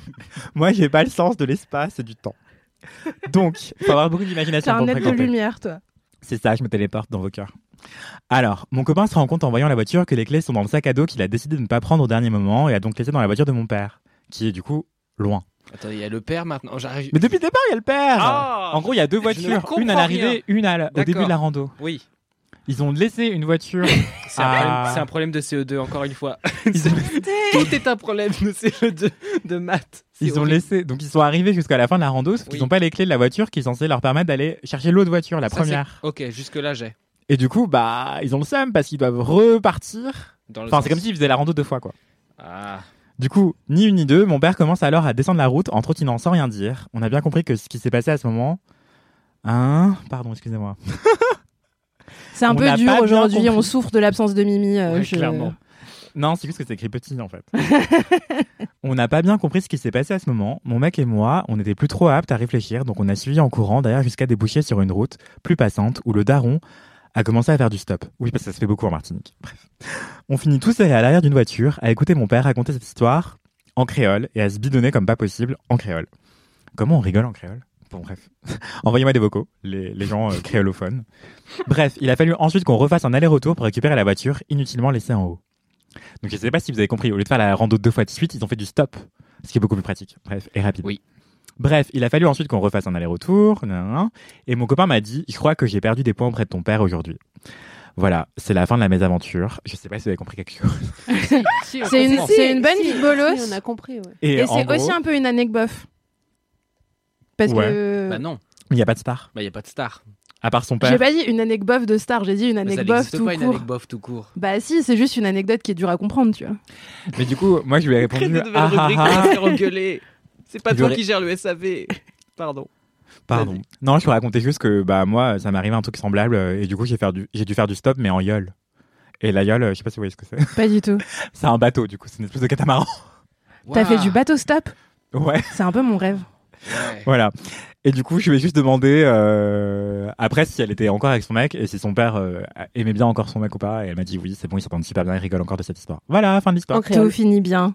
Moi, j'ai pas le sens de l'espace et du temps. Donc, faut avoir beaucoup C'est d'imagination un pour être de fréquenter. lumière, toi. C'est ça, je me téléporte dans vos cœurs. Alors, mon copain se rend compte en voyant la voiture que les clés sont dans le sac à dos qu'il a décidé de ne pas prendre au dernier moment et a donc laissé dans la voiture de mon père, qui est du coup loin. Attends, il y a le père maintenant. J'arrive. Mais depuis le départ, il y a le père Ah hein. En gros, il y a deux Je ne voitures, comprends une à l'arrivée, rien. une à la- au D'accord. début de la rando. Oui. Ils ont laissé une voiture. C'est un, à- problème, c'est un problème de CE2, encore une fois. Tout est un problème de CE2 de maths. C'est Ils ont horrible. laissé, donc ils sont arrivés jusqu'à la fin de la rando, sauf qu'ils Oui. n'ont pas les clés de la voiture qui est censée leur permettre d'aller chercher l'autre voiture, la Ça, première. c'est- Ok, jusque-là, j'ai. Et du coup, bah, ils ont le seum parce qu'ils doivent repartir. Dans le Enfin, sens. c'est comme s'ils faisaient la rando deux fois, quoi. Ah. Du coup, ni une ni deux, mon père commence alors à descendre la route en trottinant sans rien dire. On a bien compris que ce qui s'est passé à ce moment. Hein Pardon, excusez-moi. C'est un On peu n'a dur pas bien aujourd'hui, on compris. souffre de l'absence de Mimi. euh, Ouais, je- clairement. Non, c'est juste que c'est écrit petit en fait. on n'a pas bien compris ce qui s'est passé à ce moment. Mon mec et moi, on n'était plus trop aptes à réfléchir, donc on a suivi en courant d'ailleurs jusqu'à déboucher sur une route plus passante où le daron a commencé à faire du stop. Oui, parce que ça se fait beaucoup en Martinique. Bref. On finit tous serrés à l'arrière d'une voiture à écouter mon père raconter cette histoire en créole et à se bidonner comme pas possible en créole. Comment on rigole en créole Bon, bref. Envoyez-moi des vocaux, les, les gens euh, créolophones. Bref, il a fallu ensuite qu'on refasse un aller-retour pour récupérer la voiture inutilement laissée en haut. Donc je ne sais pas si vous avez compris, au lieu de faire la rando deux fois de suite, ils ont fait du stop, ce qui est beaucoup plus pratique. Bref, et rapide. Oui. Bref, il a fallu ensuite qu'on refasse un aller-retour, nanana, et mon copain m'a dit, je crois que j'ai perdu des points auprès de ton père aujourd'hui. Voilà, c'est la fin de la mésaventure. Je sais pas si vous avez compris quelque chose. C'est une, Si, c'est une bonne si, vie de bolos. si, on a compris, ouais. Et, en c'est gros, aussi un peu une anecdote bof. Parce Ouais. que. Bah non, il n'y a pas de star, bah il n'y a pas de star. à part son J'ai père. pas dit une anecdote bof de star, j'ai dit une Mais ça anecdote bof n'existe tout pas une court. anecdote bof tout court. Bah si, c'est juste une anecdote qui est dure à comprendre, tu vois. Mais du coup, moi je lui ai Crée répondu, des nouvelles ah ah rubriques pour ah, se faire engueuler. C'est pas Il toi aurait- qui gère le SAV. Pardon. pardon. Non, je lui racontais juste que bah moi, ça m'est arrivé un truc semblable, euh, et du coup j'ai faire du- j'ai dû faire du stop, mais en yole. Et la yole, euh, je sais pas si vous voyez ce que c'est. Pas du tout. C'est un bateau, du coup, c'est une espèce de catamaran. T'as fait Ouah. du bateau stop Ouais. C'est un peu mon rêve. Ouais. Voilà. Et du coup, je lui ai juste demandé euh, après si elle était encore avec son mec et si son père euh, aimait bien encore son mec ou pas. Et elle m'a dit oui, c'est bon, il s'entend super bien, il rigole encore de cette histoire. Voilà, fin de l'histoire. En Tout créole. finit bien.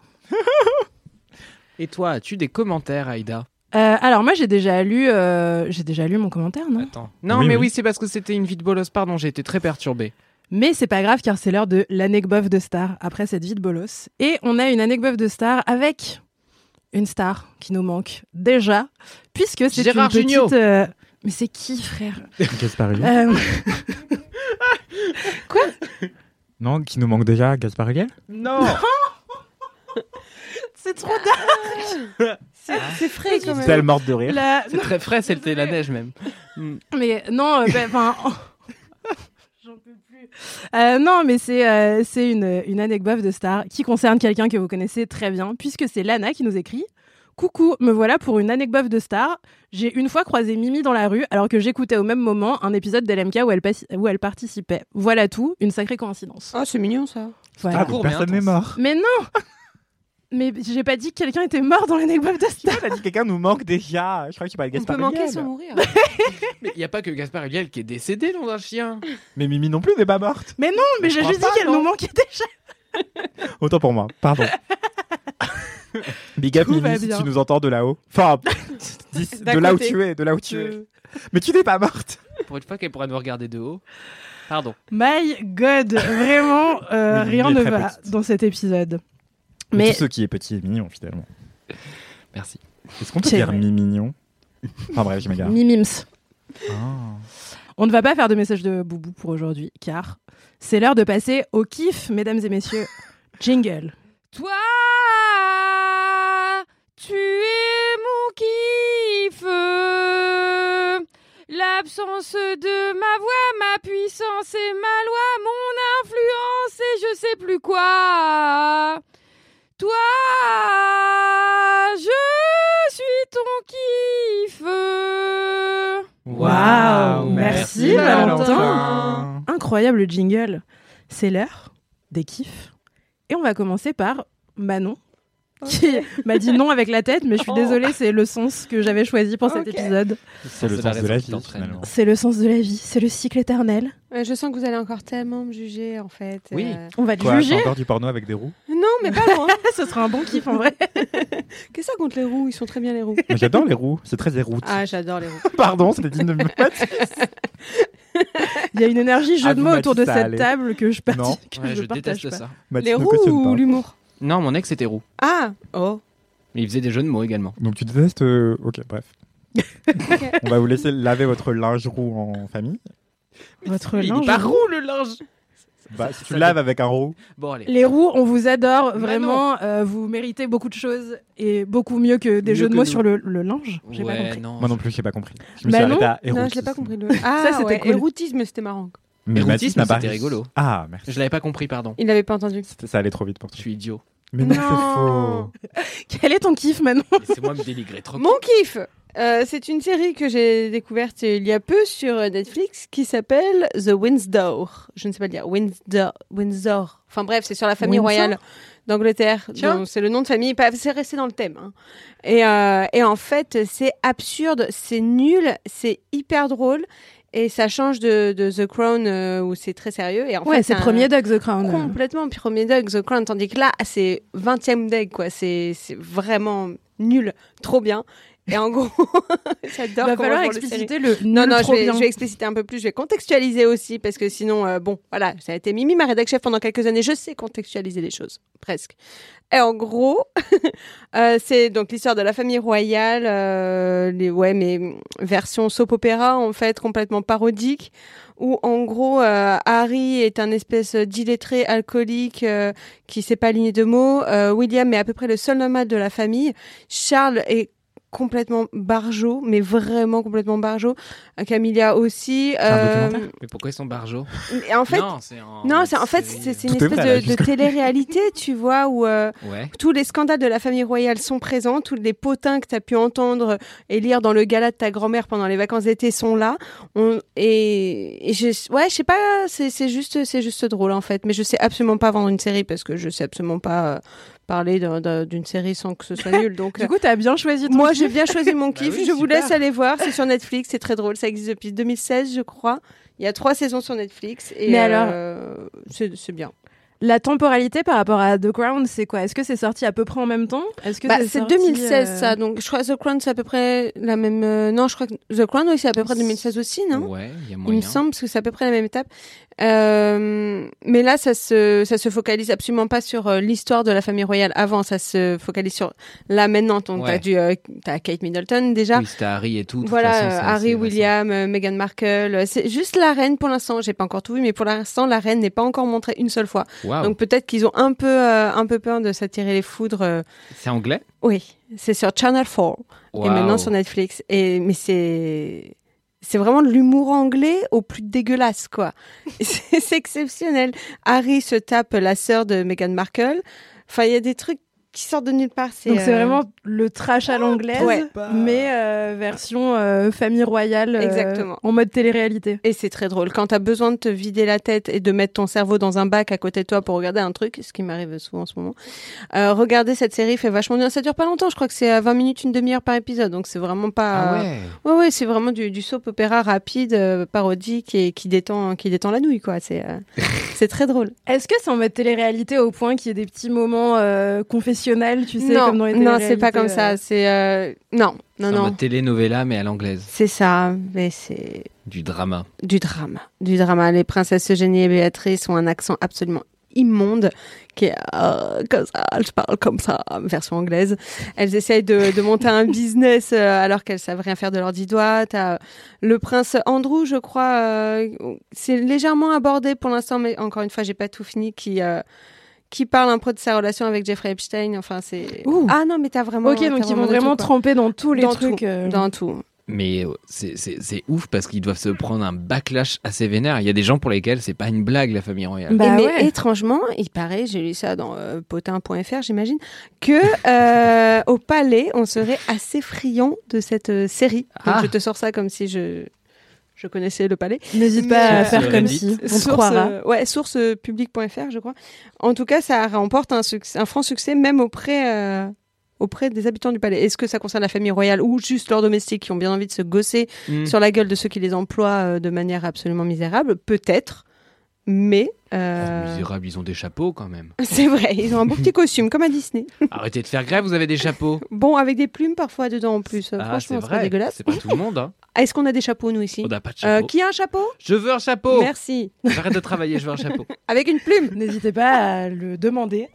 Et toi, as-tu des commentaires, Aïda Euh, alors moi j'ai déjà lu euh, j'ai déjà lu mon commentaire non Attends. Non, Ah Oui, mais oui. oui, c'est parce que c'était une vie de bolos. Pardon, j'ai été très perturbé. mais c'est pas grave car c'est l'heure de l'anecdote bof de star après cette vie de bolos et on a une anecdote bof de star avec une star qui nous manque déjà puisque c'est une Gérard Jugnot. petite euh, mais c'est qui frère Gaspard Ulliel Euh, Non, qui nous manque déjà, Gaspard Ulliel Non. C'est trop dark C'est c'est frais quand même. C'est morte de rire. La- C'est très frais, c'était la neige même. Mais non, euh, ben, enfin. J'en peux plus. Euh, non, mais c'est euh, c'est une, une anecdote de star qui concerne quelqu'un que vous connaissez très bien, puisque c'est Lana qui nous écrit. Coucou, me voilà pour une anecdote de star. J'ai une fois croisé Mimi dans la rue alors que j'écoutais au même moment un épisode d'LMK où elle, pas- où elle participait. Voilà tout, une sacrée coïncidence. Ah, c'est mignon ça. Voilà. Ah, donc personne n'est mort. Mais non Mais j'ai pas dit que quelqu'un était mort dans l'anecdote de star. T'as dit quelqu'un nous manque déjà. Je crois que tu parlais de Gaspard Ulliel. mourir. Mais il n'y a pas que Gaspard Huliel qui est décédé dans un chien. Mais Mimi non plus n'est pas morte. Mais non, mais Je j'ai crois juste dit pas, qu'elle non. nous manquait déjà. Autant pour moi. Pardon. Big up Tout va Mimi si bien. tu nous entends de là-haut. Enfin, d'ici- D'à de là où côté. tu es, de là où tu es. Mais tu n'es pas morte. Pour une fois qu'elle pourra nous regarder de haut. Pardon. My God, vraiment, euh, Oui, rien il est ne très va petite. dans cet épisode. Mais Mais, tout ce qui est petit est mignon finalement. Merci. Est-ce qu'on peut C'est dire vrai. mi mignon Enfin bref, je m'égare. Mimims, Ah. on ne va pas faire de message de boubou pour aujourd'hui, car c'est l'heure de passer au kiff, mesdames et messieurs. Jingle. Toi, tu es mon kiff. L'absence de ma voix, ma puissance et ma loi, mon influence et je sais plus quoi. Toi, je suis ton kiff. Waouh, merci, Valentin. Valentin. Incroyable jingle. C'est l'heure des kiffs. Et on va commencer par Manon, qui m'a dit non avec la tête, mais je suis Oh. désolée, c'est le sens que j'avais choisi pour cet Ok. épisode. C'est le C'est la sens de raison la qui vie t'entraîne. finalement. C'est le sens de la vie, c'est le cycle éternel. Euh, je sens que vous allez encore tellement me juger en fait. Oui. Euh, On va te Quoi, juger. c'est encore du porno avec des roues Non, mais pas loin. Ce sera un bon kiff en vrai. Qu'est-ce que ça contre les roues Ils sont très bien les roues. Mais J'adore les roues, c'est très éroute. Ah, j'adore les roues. Pardon, c'était digne de me mettre. Il y a une énergie jeu Ah, de vous mots m'avez autour dit de ça, cette allez. table que je, parti- Non. que Ouais, je je partage déteste pas. ça. Les Mathis ne roues cautionne ou pas. l'humour Non, mon ex était roux. Ah, oh. Mais il faisait des jeux de mots également. Donc tu détestes. euh, Ok, bref. Ok. On va vous laisser laver votre linge roux en famille. Votre Il linge. est pas roux le linge. Bah, si ça tu dé- laves avec un roux. Bon, allez. Les roues, on vous adore Manon. vraiment. euh, vous méritez beaucoup de choses et beaucoup mieux que des Mieux jeux de que mots nous. sur le, le linge. J'ai pas Ouais, compris. non. Moi non plus, j'ai pas compris. Je me suis Bah arrêtée non. à Non, érotisme. je l'ai pas compris. Le... Ah, Ça, c'était ouais. cool. Érotisme, c'était marrant. Mais Érotisme, Mathis n'a pas c'était ri. rigolo. Ah, merci. Je l'avais pas compris, pardon. Il n'avait pas entendu. C'était- Ça allait trop vite pour Je toi. suis idiot. Mais non, Non. c'est faux. Quel est ton kiff, Manon Laissez-moi me délivrer trop. Mon kiff euh, c'est une série que j'ai découverte il y a peu sur euh, Netflix qui s'appelle The Windsor. Je ne sais pas le dire. Windsor. Windsor. Enfin bref, c'est sur la famille Windsor royale d'Angleterre. Tiens. Donc, C'est le nom de famille. Pas- C'est resté dans le thème. hein. Et, euh, et en fait, c'est absurde, c'est nul, c'est hyper drôle. Et ça change de, de The Crown euh, où c'est très sérieux. Et en Ouais, fait, c'est un- premier Doug the Crown. complètement premier Doug The Crown, tandis que là, c'est 20e Doug, quoi. C'est c'est vraiment nul, trop bien. Et en gros, Il j'adore. va comment falloir ils font le série. expliciter le. Non, nul non, je trop vais, bien. je vais expliciter un peu plus, je vais contextualiser aussi, parce que sinon, euh, bon, voilà, ça a été Mimi, ma rédac chef pendant quelques années, je sais contextualiser les choses, presque. Et en gros, euh, c'est donc l'histoire de la famille royale, euh, les, ouais, mais mm, version soap opéra, en fait, complètement parodique, où en gros, euh, Harry est un espèce d'illettré alcoolique euh, qui sait pas aligner de mots, euh, William est à peu près le seul nomade de la famille, Charles est complètement barjot, mais vraiment complètement barjot. Euh, Camilla aussi. un euh, documentaire Mais pourquoi ils sont barjots et en fait, Non, c'est en. non, c'est en fait c'est c'est une Tout est espèce vrai, là, de, de jusque-là. télé-réalité, tu vois, où euh, Ouais. tous les scandales de la famille royale sont présents, tous les potins que tu as pu entendre et lire dans le gala de ta grand-mère pendant les vacances d'été sont là. On- et, et je, ouais, je sais pas, c'est c'est juste, c'est juste drôle en fait. Mais je sais absolument pas vendre une série parce que je sais absolument pas euh, parler d'un- d'un- d'une série sans que ce soit nul. Donc euh, Du coup, t'as bien choisi ton moi, kiff. j'ai bien choisi mon Bah kiff. oui, je vous super. laisse aller voir. C'est sur Netflix. C'est très drôle. Ça existe depuis 2016, je crois. Il y a trois saisons sur Netflix. Et Mais euh, c'est c'est bien. La temporalité par rapport à The Crown, c'est quoi Est-ce que c'est sorti à peu près en même temps Est-ce que Bah, c'est c'est sorti, 2016, euh, ça. Donc, je crois que The Crown, c'est à peu près la même. euh, Non, je crois que The Crown, oui, c'est à peu près 2016 aussi, non Ouais, il y a Il moyen. me semble, parce que c'est à peu près la même étape. Euh, mais là, ça se, ça se focalise absolument pas sur euh, l'histoire de la famille royale avant. Ça se focalise sur là maintenant. Donc, Ouais. t'as du, euh, t'as Kate Middleton déjà. Oui, c'était Harry et tout. de toute Voilà, façon, euh, c'est assez Harry, récent. William, euh, Meghan Markle. euh, C'est juste la reine pour l'instant. J'ai pas encore tout vu, mais pour l'instant, la reine n'est pas encore montrée une seule fois. Waouh. Donc peut-être qu'ils ont un peu, euh, un peu peur de s'attirer les foudres. euh. C'est anglais Oui, c'est sur Channel 4 et Waouh. maintenant sur Netflix. Et mais c'est c'est vraiment de l'humour anglais au plus dégueulasse quoi. c'est c'est exceptionnel. Harry se tape la sœur de Meghan Markle. Enfin, il y a des trucs qui sortent de nulle part. Donc c'est euh, vraiment le trash à l'anglaise, Ouais. mais euh, version euh, famille royale euh, Exactement. en mode télé-réalité. Et c'est très drôle. Quand t'as besoin de te vider la tête et de mettre ton cerveau dans un bac à côté de toi pour regarder un truc, ce qui m'arrive souvent en ce moment, euh, regarder cette série fait vachement bien. Ça dure pas longtemps, je crois que c'est à 20 minutes, une demi-heure par épisode. Donc c'est vraiment Ah pas. Ouais, ouais, c'est vraiment du, du soap opéra rapide, euh, parodique et qui détend, qui détend la nouille, quoi. C'est euh, c'est très drôle. Est-ce que c'est en mode télé-réalité au point qu'il y ait des petits moments euh, confessionnels, tu sais, comme dans les non, c'est téléréalités, pas comme euh, ça. C'est euh, non, non, C'est en non. mode telenovela, mais à l'anglaise. C'est ça, mais c'est Du drama. du drame, du drama. Les princesses Eugénie et Béatrice ont un accent absolument immonde qui est euh, comme ça, je parle comme ça, version anglaise. Elles essayent de, de monter un business euh, alors qu'elles savent rien faire de leurs dix doigts. T'as euh, le prince Andrew, je crois, euh, c'est légèrement abordé pour l'instant, mais encore une fois, j'ai pas tout fini, qui... euh, qui parle un peu de sa relation avec Jeffrey Epstein, enfin c'est... Ouh. Ah non, mais t'as vraiment... Ok, t'as donc ils vont de vraiment tout, quoi. tremper dans tous les Dans trucs. tout, euh. Dans tout. Mais euh, c'est- c'est c'est ouf parce qu'ils doivent se prendre un backlash assez vénère. Il y a des gens pour lesquels c'est pas une blague, la famille royale. Bah Et mais ouais. étrangement, il paraît, j'ai lu ça dans euh, potin.fr, j'imagine, que euh, au palais, on serait assez friand de cette euh, série. Donc, Ah. je te sors ça comme si je je connaissais le palais. N'hésite pas à Mais- faire Sur comme Reddit. si, on hein. te Source, croira. euh, ouais, source euh, publique.fr, je crois. En tout cas, ça remporte un, succès, un franc succès même auprès euh, auprès des habitants du palais. Est-ce que ça concerne la famille royale ou juste leurs domestiques qui ont bien envie de se gosser Mm. Hmm. sur la gueule de ceux qui les emploient euh, de manière absolument misérable, peut-être, mais Oh, euh, misérables, ils ont des chapeaux quand même. c'est vrai, ils ont un beau petit costume comme à Disney. Arrêtez de faire grève, vous avez des chapeaux. Bon, avec des plumes parfois dedans en plus. Euh, Ah, c'est Franchement, c'est pas vrai. dégueulasse. C'est pas tout le monde. hein. Est-ce qu'on a des chapeaux nous ici On n'a pas de Euh, chapeau. Qui a un chapeau Je veux un chapeau. Merci. J'arrête de travailler, je veux un chapeau. Avec une plume. N'hésitez pas à le demander.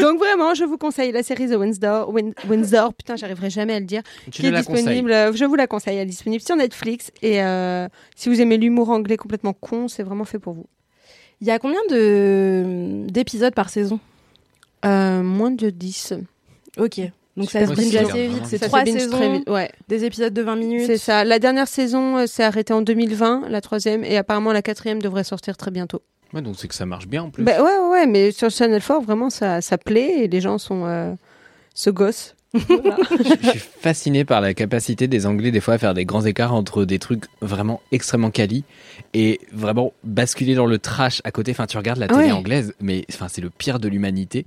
Donc vraiment, je vous conseille la série The Windsor. Win- Windsor, putain, j'arriverai jamais à le dire. Tu qui ne est la disponible. euh, Je vous la conseille. Elle est disponible sur Netflix. Et euh, si vous aimez l'humour anglais complètement con, c'est vraiment fait pour vous. Il y a combien de- d'épisodes par saison Euh, moins de 10. Ok. Donc ça Super se facile, binge hein, assez vraiment. vite. C'est Ça se trois binge saisons, très vite, Ouais. des épisodes de 20 minutes. C'est ça. La dernière saison euh, s'est arrêtée en 2020, la troisième, et apparemment la quatrième devrait sortir très bientôt. conseille. Ouais, donc c'est que ça marche bien en plus. Bah, ouais, ouais, ouais, mais sur Channel 4, vraiment, ça, ça plaît et les gens sont euh, se gossent. Voilà. je suis fasciné par la capacité des Anglais des fois à faire des grands écarts entre des trucs vraiment extrêmement quali et vraiment basculer dans le trash à côté. Enfin, tu regardes la télé Ouais. anglaise, mais enfin, c'est le pire de l'humanité.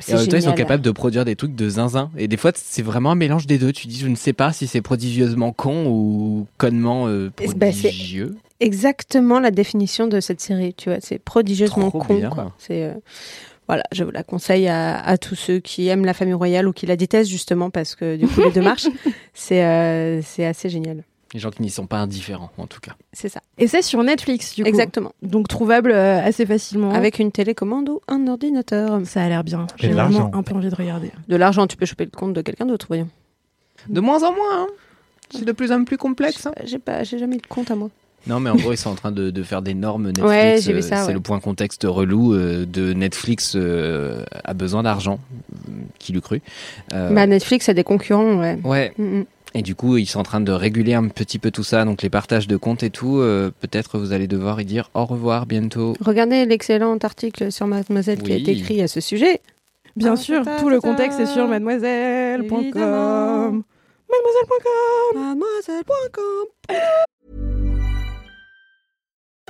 C'est Et en même temps, ils sont génial. capables de produire des trucs de zinzin. Et des fois, c'est vraiment un mélange des deux. Tu dis, je ne sais pas si c'est prodigieusement con ou connement euh, Et c'est- bah, c'est- prodigieux. Exactement la définition de cette série, tu vois. C'est prodigieusement Trop con. bien. quoi. C'est euh, voilà, je vous la conseille à, à tous ceux qui aiment la famille royale ou qui la détestent justement parce que du coup les deux marchent. C'est euh, c'est assez génial. Les gens qui n'y sont pas indifférents, en tout cas. C'est ça. Et c'est sur Netflix, du coup. Exactement. Donc trouvable euh, assez facilement. Avec une télécommande ou un ordinateur. Ça a l'air bien. Et J'ai de vraiment l'argent. un peu envie de regarder. De l'argent, tu peux choper le compte de quelqu'un d'autre, voyons. De moins en moins, hein. C'est de plus en plus complexe. hein. J'ai- J'ai pas, j'ai jamais eu de compte à moi. Non, mais en gros, ils sont en train de, de faire des normes Netflix. Ouais, j'ai vu euh, ça, C'est ouais. le point contexte relou euh, de Netflix euh, a besoin d'argent. Euh, Qui l'eût cru Euh, Bah, Netflix a des concurrents, ouais. Ouais, Mm, mm. et du coup, ils sont en train de réguler un petit peu tout ça, donc les partages de comptes et tout. euh, Peut-être vous allez devoir y dire au revoir bientôt. Regardez l'excellent article sur Mademoiselle qui a Oui. été écrit à ce sujet. Bien Ah, sûr, ta-ta, tout le ta-ta. contexte est sur mademoiselle.com. Évidemment. Mademoiselle. Mademoiselle.com.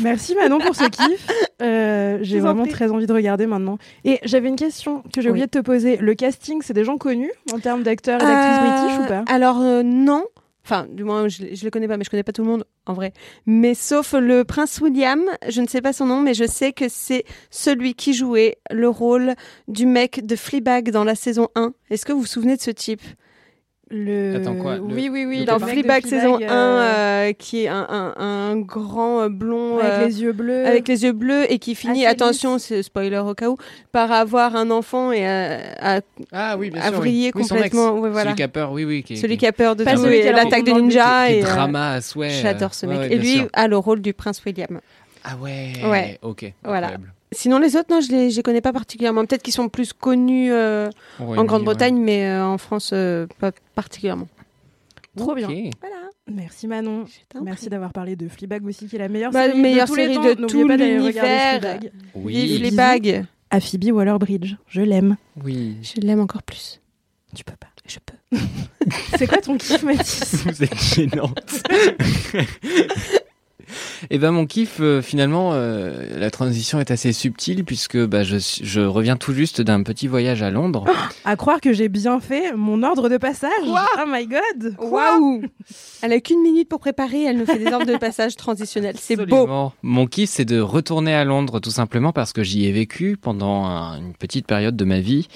Merci Manon pour ce kiff. Euh, J'ai Je vous en vraiment prie. très envie de regarder maintenant. Et j'avais une question que j'ai oublié de te poser. Le casting, c'est des gens connus en termes d'acteurs et d'actrices Euh, british ou pas Alors euh, non, Enfin, du moins, je ne les connais pas, mais je connais pas tout le monde en vrai. Mais sauf le prince William, je ne sais pas son nom, mais je sais que c'est celui qui jouait le rôle du mec de Fleabag dans la saison 1. Est-ce que vous vous souvenez de ce type le... Attends, quoi, le- Oui, oui, oui. le Dans copain Fleabag de saison 1, Fleabag, euh, qui est un, un- un grand euh, blond. Avec euh, les yeux Ah, bleus. avec les yeux bleus et qui Assez finit, attention, c'est spoiler au cas où, par avoir un enfant et euh, à, Ah oui, bien à sûr. oui. vriller Oui, son ex. complètement. ouais, voilà. Celui qui a peur, oui, oui. Qui, Celui qui a peur de Pas tout celui qui et a la l'attaque des bombe dans le cul. ninjas. Qui est et, euh, drama à souhait, euh. J'adore ce Ouais, mec. ouais, et bien lui sûr. a le rôle du prince William. Ah ouais. Ouais. Ok. Voilà. incroyable. Sinon, les autres, non, je les, je les connais pas particulièrement. Peut-être qu'ils sont plus connus euh, Au en Royaume-Uni, Grande-Bretagne, mais euh, en France, euh, pas particulièrement. Trop bien. Ok. hein. Merci Manon. Merci d'avoir parlé de Fleabag aussi, qui est la meilleure Bah, série, meilleure de, tous les série temps. de N'oubliez tout pas d'aller regarder l'univers. Fleabag. Oui. Vive les Bisous. bagues. À Phoebe Waller-Bridge, je l'aime. Oui. Je l'aime encore plus. Tu peux pas. Je peux. C'est quoi ton kiff, Mathis Vous êtes gênante. Et ben mon kiff, euh, finalement, euh, la transition est assez subtile puisque bah, je, suis- je reviens tout juste d'un petit voyage à Londres. À croire que j'ai bien fait mon ordre de passage. oh my god Waouh Elle a qu'une minute pour préparer, elle nous fait des ordres de passage transitionnels. C'est beau. Absolument. Mon kiff, c'est de retourner à Londres tout simplement parce que j'y ai vécu pendant un- une petite période de ma vie.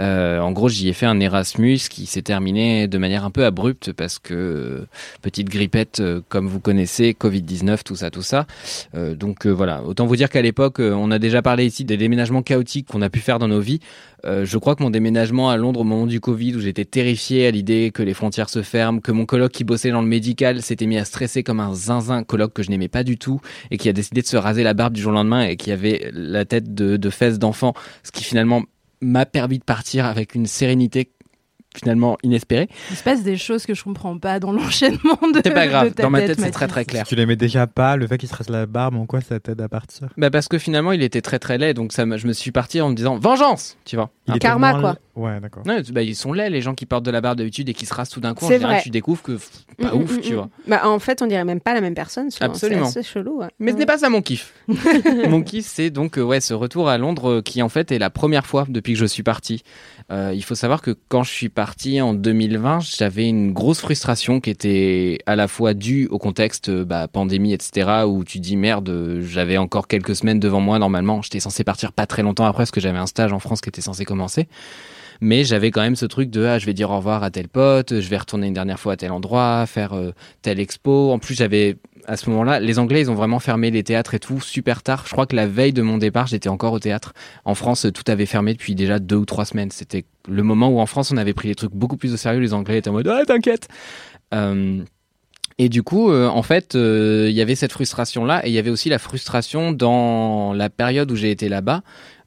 Euh, en gros, j'y ai fait un Erasmus qui s'est terminé de manière un peu abrupte parce que euh, petite grippette, euh, comme vous connaissez, Covid-19, tout ça, tout ça. Euh, donc euh, voilà, autant vous dire qu'à l'époque, euh, on a déjà parlé ici des déménagements chaotiques qu'on a pu faire dans nos vies. Euh, je crois que mon déménagement à Londres au moment du Covid, où j'étais terrifié à l'idée que les frontières se ferment, que mon coloc qui bossait dans le médical s'était mis à stresser comme un zinzin, coloc que je n'aimais pas du tout, et qui a décidé de se raser la barbe du jour au lendemain et qui avait la tête de, de fesses d'enfant, ce qui finalement m'a permis de partir avec une sérénité finalement inespérée. Il se passe des choses que je comprends pas dans l'enchaînement de. C'est pas grave, de ta dans ma tête c'est Mathis. très très clair. Si tu l'aimais déjà pas, le fait qu'il se reste la barbe, en quoi ça t'aide à partir Bah parce que finalement il était très très laid, donc ça, m'a- je me suis parti en me disant vengeance, tu vois. Il est Karma, tellement- quoi. Ouais, d'accord. Non, bah, ils sont laids les gens qui portent de la barbe d'habitude et qui se rasent tout d'un coup. En C'est général, vrai. tu découvres que pff, pas Mm, ouf, mm, tu mm. vois. Bah, en fait, on dirait même pas la même personne. souvent. Absolument. C'est assez chelou. ouais. Mais ce n'est pas ça mon kiff. mon kiff, c'est donc euh, ouais ce retour à Londres euh, qui en fait est la première fois depuis que je suis parti. Euh, il faut savoir que quand je suis parti en 2020, j'avais une grosse frustration qui était à la fois due au contexte euh, bah, pandémie, etc. Où tu dis merde, euh, j'avais encore quelques semaines devant moi normalement. J'étais censé partir pas très longtemps après parce que j'avais un stage en France qui était censé commencer. Mais j'avais quand même ce truc de ah je vais dire au revoir à tel pote, je vais retourner une dernière fois à tel endroit, faire euh, telle expo. En plus j'avais à ce moment-là, les Anglais, ils ont vraiment fermé les théâtres et tout super tard. Je crois que la veille de mon départ, j'étais encore au théâtre. En France, tout avait fermé depuis déjà deux ou trois semaines. C'était le moment où en France, on avait pris les trucs beaucoup plus au sérieux. Les Anglais étaient en mode Ah, t'inquiète Euh, Et du coup, euh, en fait, euh, il y avait cette frustration-là et il y avait aussi la frustration dans la période où j'ai été là-bas.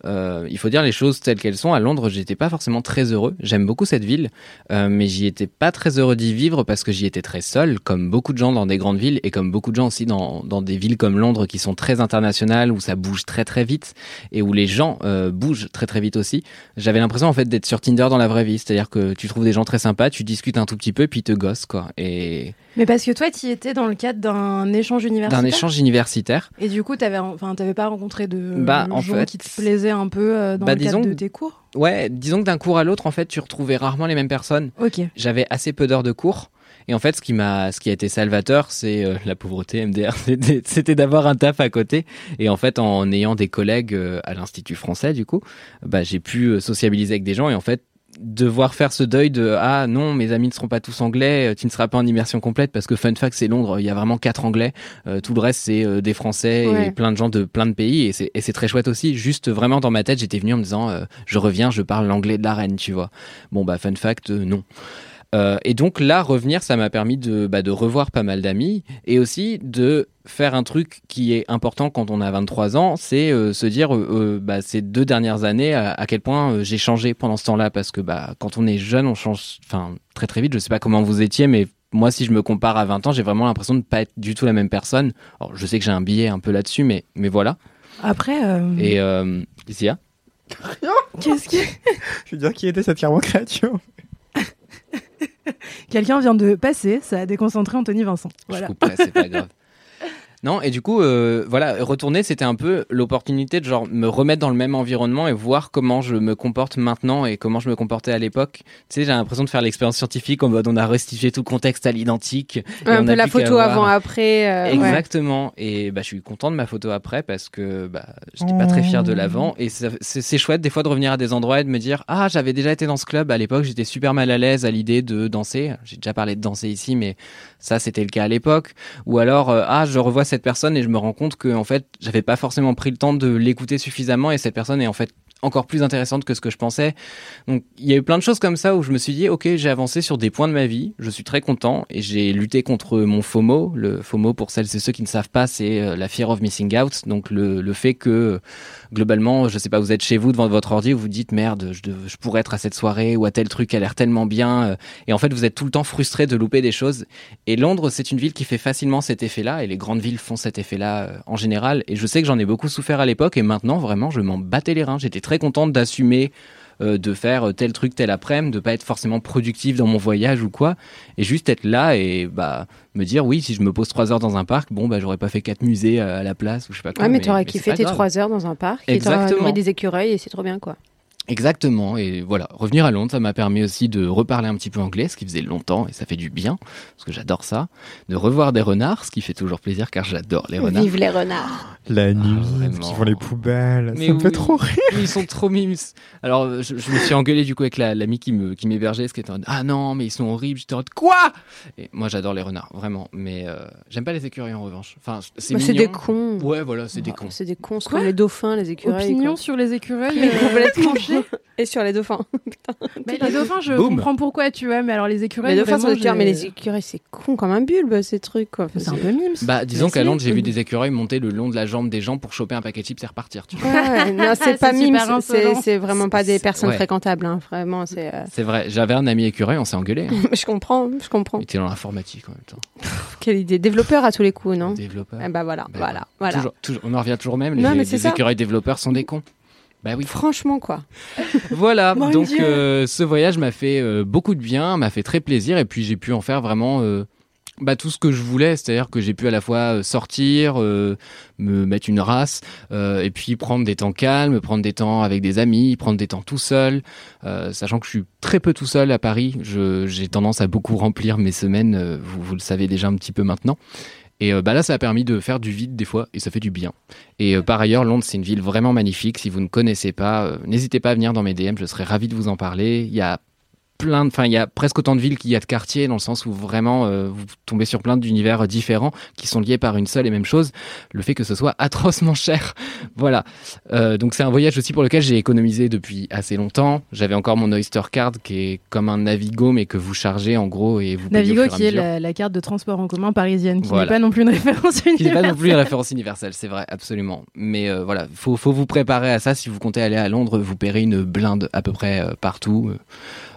Euh, il faut dire les choses telles qu'elles sont. À Londres, j'étais pas forcément très heureux. J'aime beaucoup cette ville, euh, mais j'y étais pas très heureux d'y vivre parce que j'y étais très seul, comme beaucoup de gens dans des grandes villes et comme beaucoup de gens aussi dans, dans des villes comme Londres qui sont très internationales, où ça bouge très très vite et où les gens euh, bougent très très vite aussi. J'avais l'impression en fait d'être sur Tinder dans la vraie vie, c'est-à-dire que tu trouves des gens très sympas, tu discutes un tout petit peu, puis ils te gossent quoi. Et Mais parce que toi, tu étais dans le cadre d'un échange universitaire. d'un échange universitaire. Et du coup, t'avais enfin, t'avais pas rencontré de Bah, en gens fait- qui te plaisaient un peu euh, dans Bah, le cadre disons- de tes cours. Ouais, disons que d'un cours à l'autre, en fait, tu retrouvais rarement les mêmes personnes. Ok. j'avais assez peu d'heures de cours. Et en fait, ce qui m'a, ce qui a été salvateur, c'est euh, la pauvreté MDR. C'était- C'était d'avoir un taf à côté. Et en fait, en ayant des collègues euh, à l'Institut français, du coup, bah, j'ai pu euh, sociabiliser avec des gens. Et en fait, devoir faire ce deuil de ah non, mes amis ne seront pas tous anglais. euh, Tu ne seras pas en immersion complète parce que fun fact, c'est Londres. Il y a vraiment quatre anglais. Euh, tout le reste, c'est euh, des Français et Ouais. plein de gens de plein de pays. Et c'est et c'est très chouette aussi. Juste vraiment dans ma tête, j'étais venu en me disant euh, je reviens, je parle l'anglais de la reine, tu vois. Bon bah fun fact, euh, non. Euh, et donc là, revenir, ça m'a permis de, bah, de revoir pas mal d'amis et aussi de faire un truc qui est important quand on a 23 ans, c'est euh, se dire euh, euh, bah, ces deux dernières années à, à quel point euh, j'ai changé pendant ce temps-là parce que bah, quand on est jeune, on change enfin, très très vite. Je sais pas comment vous étiez, mais moi, si je me compare à 20 ans, j'ai vraiment l'impression de pas être du tout la même personne. Alors, je sais que j'ai un billet un peu là-dessus, mais, mais voilà. Après, euh, Et euh, Isia qu'est-ce qui... Je veux dire, qui était cette carbo créature quelqu'un vient de passer, ça a déconcentré Anthony Vincent. Voilà. Je couperai, c'est pas grave. Non, et du coup, euh, voilà, retourner, c'était un peu l'opportunité de genre me remettre dans le même environnement et voir comment je me comporte maintenant et comment je me comportais à l'époque. Tu sais, j'ai l'impression de faire l'expérience scientifique en mode on a restitué tout le contexte à l'identique. et Un on peu a la plus qu'à photo avoir- avant-après. euh, ouais. Exactement. Et bah, je suis content de ma photo après parce que bah, j'étais pas très fier de Mmh. l'avant. Et ça- c'est c'est chouette des fois de revenir à des endroits et de me dire Ah, j'avais déjà été dans ce club à l'époque, j'étais super mal à l'aise à l'idée de danser. J'ai déjà parlé de danser ici, mais ça, c'était le cas à l'époque. Ou alors, euh, Ah, je revois cette personne et je me rends compte que, en fait, j'avais pas forcément pris le temps de l'écouter suffisamment et cette personne est en fait encore plus intéressante que ce que je pensais. Donc il y a eu plein de choses comme ça où je me suis dit ok j'ai avancé sur des points de ma vie, je suis très content et j'ai lutté contre mon FOMO. Le FOMO pour celles et ceux qui ne savent pas c'est euh, la fear of missing out, donc le, le fait que euh, globalement je sais pas vous êtes chez vous devant votre ordi vous vous dites merde je, dev- je pourrais être à cette soirée ou à tel truc qui a l'air tellement bien euh, et en fait vous êtes tout le temps frustré de louper des choses et Londres c'est une ville qui fait facilement cet effet là et les grandes villes font cet effet là en général et je sais que j'en ai beaucoup souffert à l'époque et maintenant vraiment je m'en battais les reins j'étais très contente d'assumer euh, de faire euh, tel truc tel après-midi, de pas être forcément productif dans mon voyage ou quoi, et juste être là et bah me dire oui si je me pose trois heures dans un parc, bon bah j'aurais pas fait quatre musées euh, à la place ou je sais pas quoi. Ouais, Ah, mais t'aurais c'est kiffé pas tes grave. trois heures dans un parc et t'aurais Exactement. nourri des écureuils et c'est trop bien quoi. Exactement, et voilà, revenir à Londres, ça m'a permis aussi de reparler un petit peu anglais, ce qui faisait longtemps, et ça fait du bien, parce que j'adore ça, de revoir des renards, ce qui fait toujours plaisir, car j'adore les renards. Vive les renards. La nuit, qui font les poubelles. Mais ça me fait oui. trop rire. Mais Ils sont trop mimes. Alors, je, je me suis engueulé du coup avec la- l'ami qui me qui m'hébergeait, ce qui était en mode, ah non, mais ils sont horribles. J'étais en mode quoi Et moi, j'adore les renards, vraiment. Mais euh, j'aime pas les écureuils en revanche. Enfin, c'est Bah, c'est mignon. des cons. Oh, Ah, Ouais, voilà, c'est des cons. C'est des cons, c'est comme les dauphins, les écureuils. Opinion quoi. sur les écureuils. Mais euh, complètement. tranchée. Et sur les dauphins. Mais les dauphins, je Boum. comprends pourquoi, tu vois, mais alors les écureuils. Les dauphins sont vraiment, des cœurs, mais j'ai- les écureuils, c'est con comme un bulbe, ces trucs quoi. C'est un peu mimes. Bah, disons Mais qu'à si. Londres, j'ai vu des écureuils monter le long de la jambe des gens pour choper un paquet de chips et repartir. Tu vois. Ouais, ouais, non, Ah, c'est C'est pas super mime, c'est insolent. c'est vraiment pas des personnes ouais. fréquentables, hein, vraiment. C'est, euh, C'est vrai. J'avais un ami écureuil, on s'est engueulé. hein. je comprends, je comprends. Il était dans l'informatique en même temps. Quelle idée, développeur à tous les coups, non Développeur. Eh ben voilà, Ben, voilà, voilà. Toujours, toujours- on en revient toujours même. Non, les mais c'est les ça. écureuils développeurs sont des cons. Bah oui. Franchement quoi. Voilà, Mon donc Dieu. euh, ce voyage m'a fait euh, beaucoup de bien, m'a fait très plaisir et puis j'ai pu en faire vraiment euh, bah, tout ce que je voulais, c'est-à-dire que j'ai pu à la fois euh, sortir, euh, me mettre une race euh, et puis prendre des temps calmes, prendre des temps avec des amis, prendre des temps tout seul, euh, sachant que je suis très peu tout seul à Paris, Je- j'ai tendance à beaucoup remplir mes semaines, euh, vous, vous le savez déjà un petit peu maintenant. Et euh, bah là, ça a permis de faire du vide des fois, et ça fait du bien. Et euh, par ailleurs, Londres, c'est une ville vraiment magnifique. Si vous ne connaissez pas, euh, n'hésitez pas à venir dans mes DM, je serais ravi de vous en parler. Il y a plein de, enfin, il y a presque autant de villes qu'il y a de quartiers, dans le sens où vraiment euh, vous tombez sur plein d'univers euh, différents qui sont liés par une seule et même chose, le fait que ce soit atrocement cher. voilà. Euh, donc c'est un voyage aussi pour lequel j'ai économisé depuis assez longtemps. J'avais encore mon Oyster Card qui est comme un Navigo, mais que vous chargez en gros et vous payez au Navigo, fur et à qui est mesure. la, la carte de transport en commun parisienne, qui Voilà. n'est pas non plus une référence qui n'est pas non plus universelle. une référence universelle, c'est vrai, absolument. Mais euh, voilà, faut, faut vous préparer à ça. Si vous comptez aller à Londres, vous paierez une blinde à peu près euh, partout.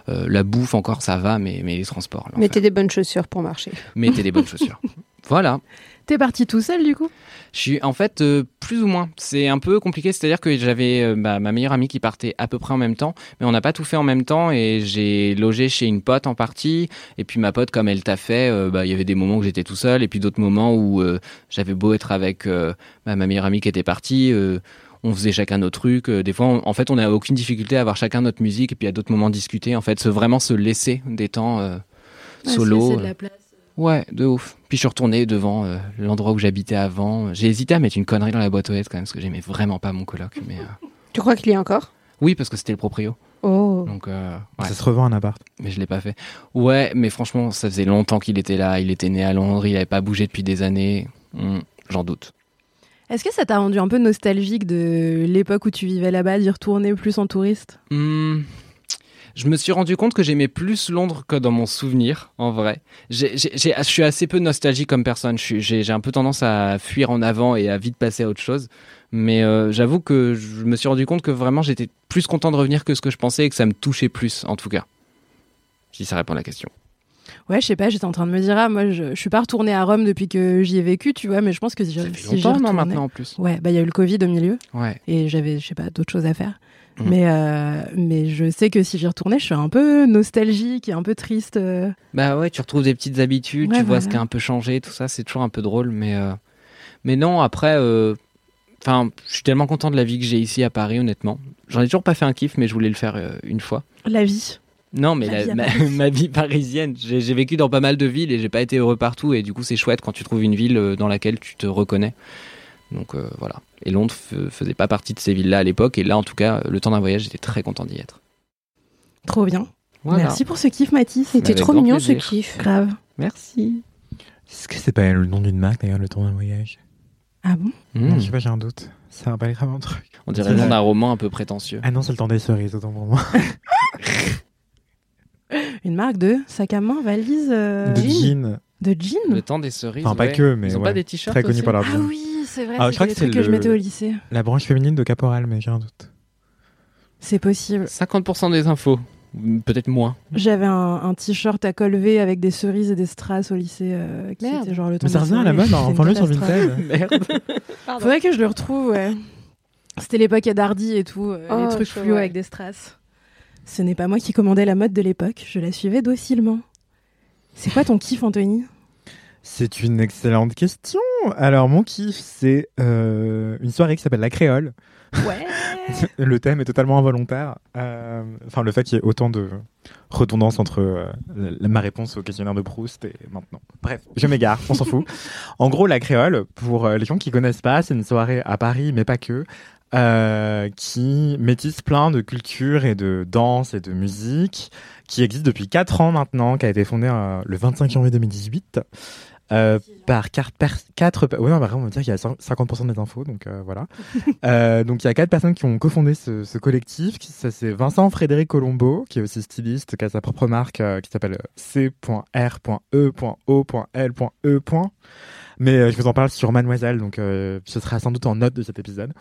Euh, la bouffe encore, ça va, mais, mais les transports. l'enfer. Mettez des bonnes chaussures pour marcher. Mettez des bonnes chaussures. Voilà. T'es parti tout seul, du coup Je suis en fait euh, plus ou moins. C'est un peu compliqué, c'est-à-dire que j'avais euh, ma- ma meilleure amie qui partait à peu près en même temps, mais on n'a pas tout fait en même temps et j'ai logé chez une pote en partie. Et puis ma pote, comme elle t'a fait, euh, bah, il y avait des moments où j'étais tout seul et puis d'autres moments où euh, j'avais beau être avec euh, bah, ma meilleure amie qui était partie. euh, on faisait chacun nos trucs. Euh, Des fois, on- en fait, on n'a aucune difficulté à avoir chacun notre musique et puis à d'autres moments discuter. En fait, se vraiment se laisser des temps euh, solo. euh. Ouais, de ouf. Puis je suis retourné devant euh, l'endroit où j'habitais avant. J'ai hésité à mettre une connerie dans la boîte aux lettres quand même, parce que j'aimais vraiment pas mon coloc. Mais euh, Tu crois qu'il y a encore oui, parce que c'était le proprio. Oh. Donc euh, ouais, Ça se revend un appart. mais je l'ai pas fait. Ouais, mais franchement, ça faisait longtemps qu'il était là. Il était né à Londres, il avait pas bougé depuis des années. Hum, J'en doute. Est-ce que ça t'a rendu un peu nostalgique de l'époque où tu vivais là-bas, d'y retourner plus en touriste Hum, Je me suis rendu compte que j'aimais plus Londres que dans mon souvenir, en vrai. J'ai- j'ai- j'ai- Je suis assez peu nostalgique comme personne. Je suis- J'ai j'ai un peu tendance à fuir en avant et à vite passer à autre chose. Mais euh, j'avoue que je me suis rendu compte que vraiment j'étais plus content de revenir que ce que je pensais et que ça me touchait plus, en tout cas. Si ça répond à la question. Ouais, je sais pas, j'étais en train de me dire, ah, moi, je, je suis pas retournée à Rome depuis que j'y ai vécu, tu vois, mais je pense que Euh, si j'ai Ça fait longtemps, non, maintenant en plus. Ouais, bah il y a eu le Covid au milieu Ouais. et j'avais, je sais pas, d'autres choses à faire. Mhm. Mais, euh, mais je sais que si j'y retournais, je suis un peu nostalgique et un peu triste. euh. Bah ouais, tu retrouves des petites habitudes, Ouais, tu vois voilà. ce qui a un peu changé, tout ça, c'est toujours un peu drôle, mais. euh, Mais non, après, euh, enfin, je suis tellement content de la vie que j'ai ici à Paris, honnêtement. J'en ai toujours pas fait un kiff, mais je voulais le faire euh, une fois. La vie. Non, mais La la- vie à ma, Paris. ma vie parisienne, j'ai j'ai vécu dans pas mal de villes et j'ai pas été heureux partout. Et du coup, c'est chouette quand tu trouves une ville euh, dans laquelle tu te reconnais. Donc euh, voilà. Et Londres f- faisait pas partie de ces villes-là à l'époque. Et là, en tout cas, le temps d'un voyage, j'étais très content d'y être. Trop bien. Voilà. Merci pour ce kiff, Mathis. C'était Avec trop grand mignon, ce plaisir. kiff. Grave. Merci. Est-ce que c'est pas le nom d'une marque d'ailleurs, le temps d'un voyage Ah bon Non, Mm. je sais pas, j'ai un doute. Ça va pas être un truc. On dirait le nom d'un roman un peu prétentieux. Ah non, c'est le temps des cerises, autant pour moi. Une marque de sac à main, valise. euh, de jeans. De jean Le temps des cerises. Enfin, pas ouais. que, mais. Hmm. Ils ont ouais. pas des t-shirts. Très connu aussi par leur Ah jean. oui, c'est vrai. Ah, je c'était crois des que c'est trucs que je le- mettais au lycée. La branche féminine de Caporal, mais j'ai un doute. C'est possible. 50% des infos. Peut-être moins. J'avais un, un t-shirt à col V avec des cerises et des strass au lycée. euh, qui Merde. était genre le temps Mais ça des revient à la cerises. mode, hein, C'était une enfin le sur catastrophe. Vinted. Merde. Pardon. Faudrait que je le retrouve, ouais. C'était l'époque à Dardy et tout, euh, Oh, les trucs je fluo vois. avec des strass. Ce n'est pas moi qui commandais la mode de l'époque, je la suivais docilement. C'est quoi ton kiff, Anthony C'est une excellente question. Alors, mon kiff, c'est euh, une soirée qui s'appelle La Créole. Ouais Ah, le thème est totalement involontaire. Euh, Enfin, le fait qu'il y ait autant de redondance entre euh, la- ma réponse au questionnaire de Proust et maintenant. Bref, je m'égare, on s'en fout. En gros, la créole, pour euh, les gens qui connaissent pas, c'est une soirée à Paris, mais pas que, euh, qui métisse plein de cultures et de danse et de musique, qui existe depuis 4 ans maintenant, qui a été fondée euh, le 25 janvier 2018. euh, par 4 personnes. Ouais, non, bah, on va dire qu'il y a cin- 50% des infos, donc euh, voilà. Euh, donc il y a quatre personnes qui ont cofondé ce, ce collectif. Qui- ça, C'est Vincent Frédéric Colombo, qui est aussi styliste, qui a sa propre marque euh, qui s'appelle euh, e C.R.E.O.L.E. e Mais euh, je vous en parle sur Mademoiselle, donc euh, ce sera sans doute en note de cet épisode.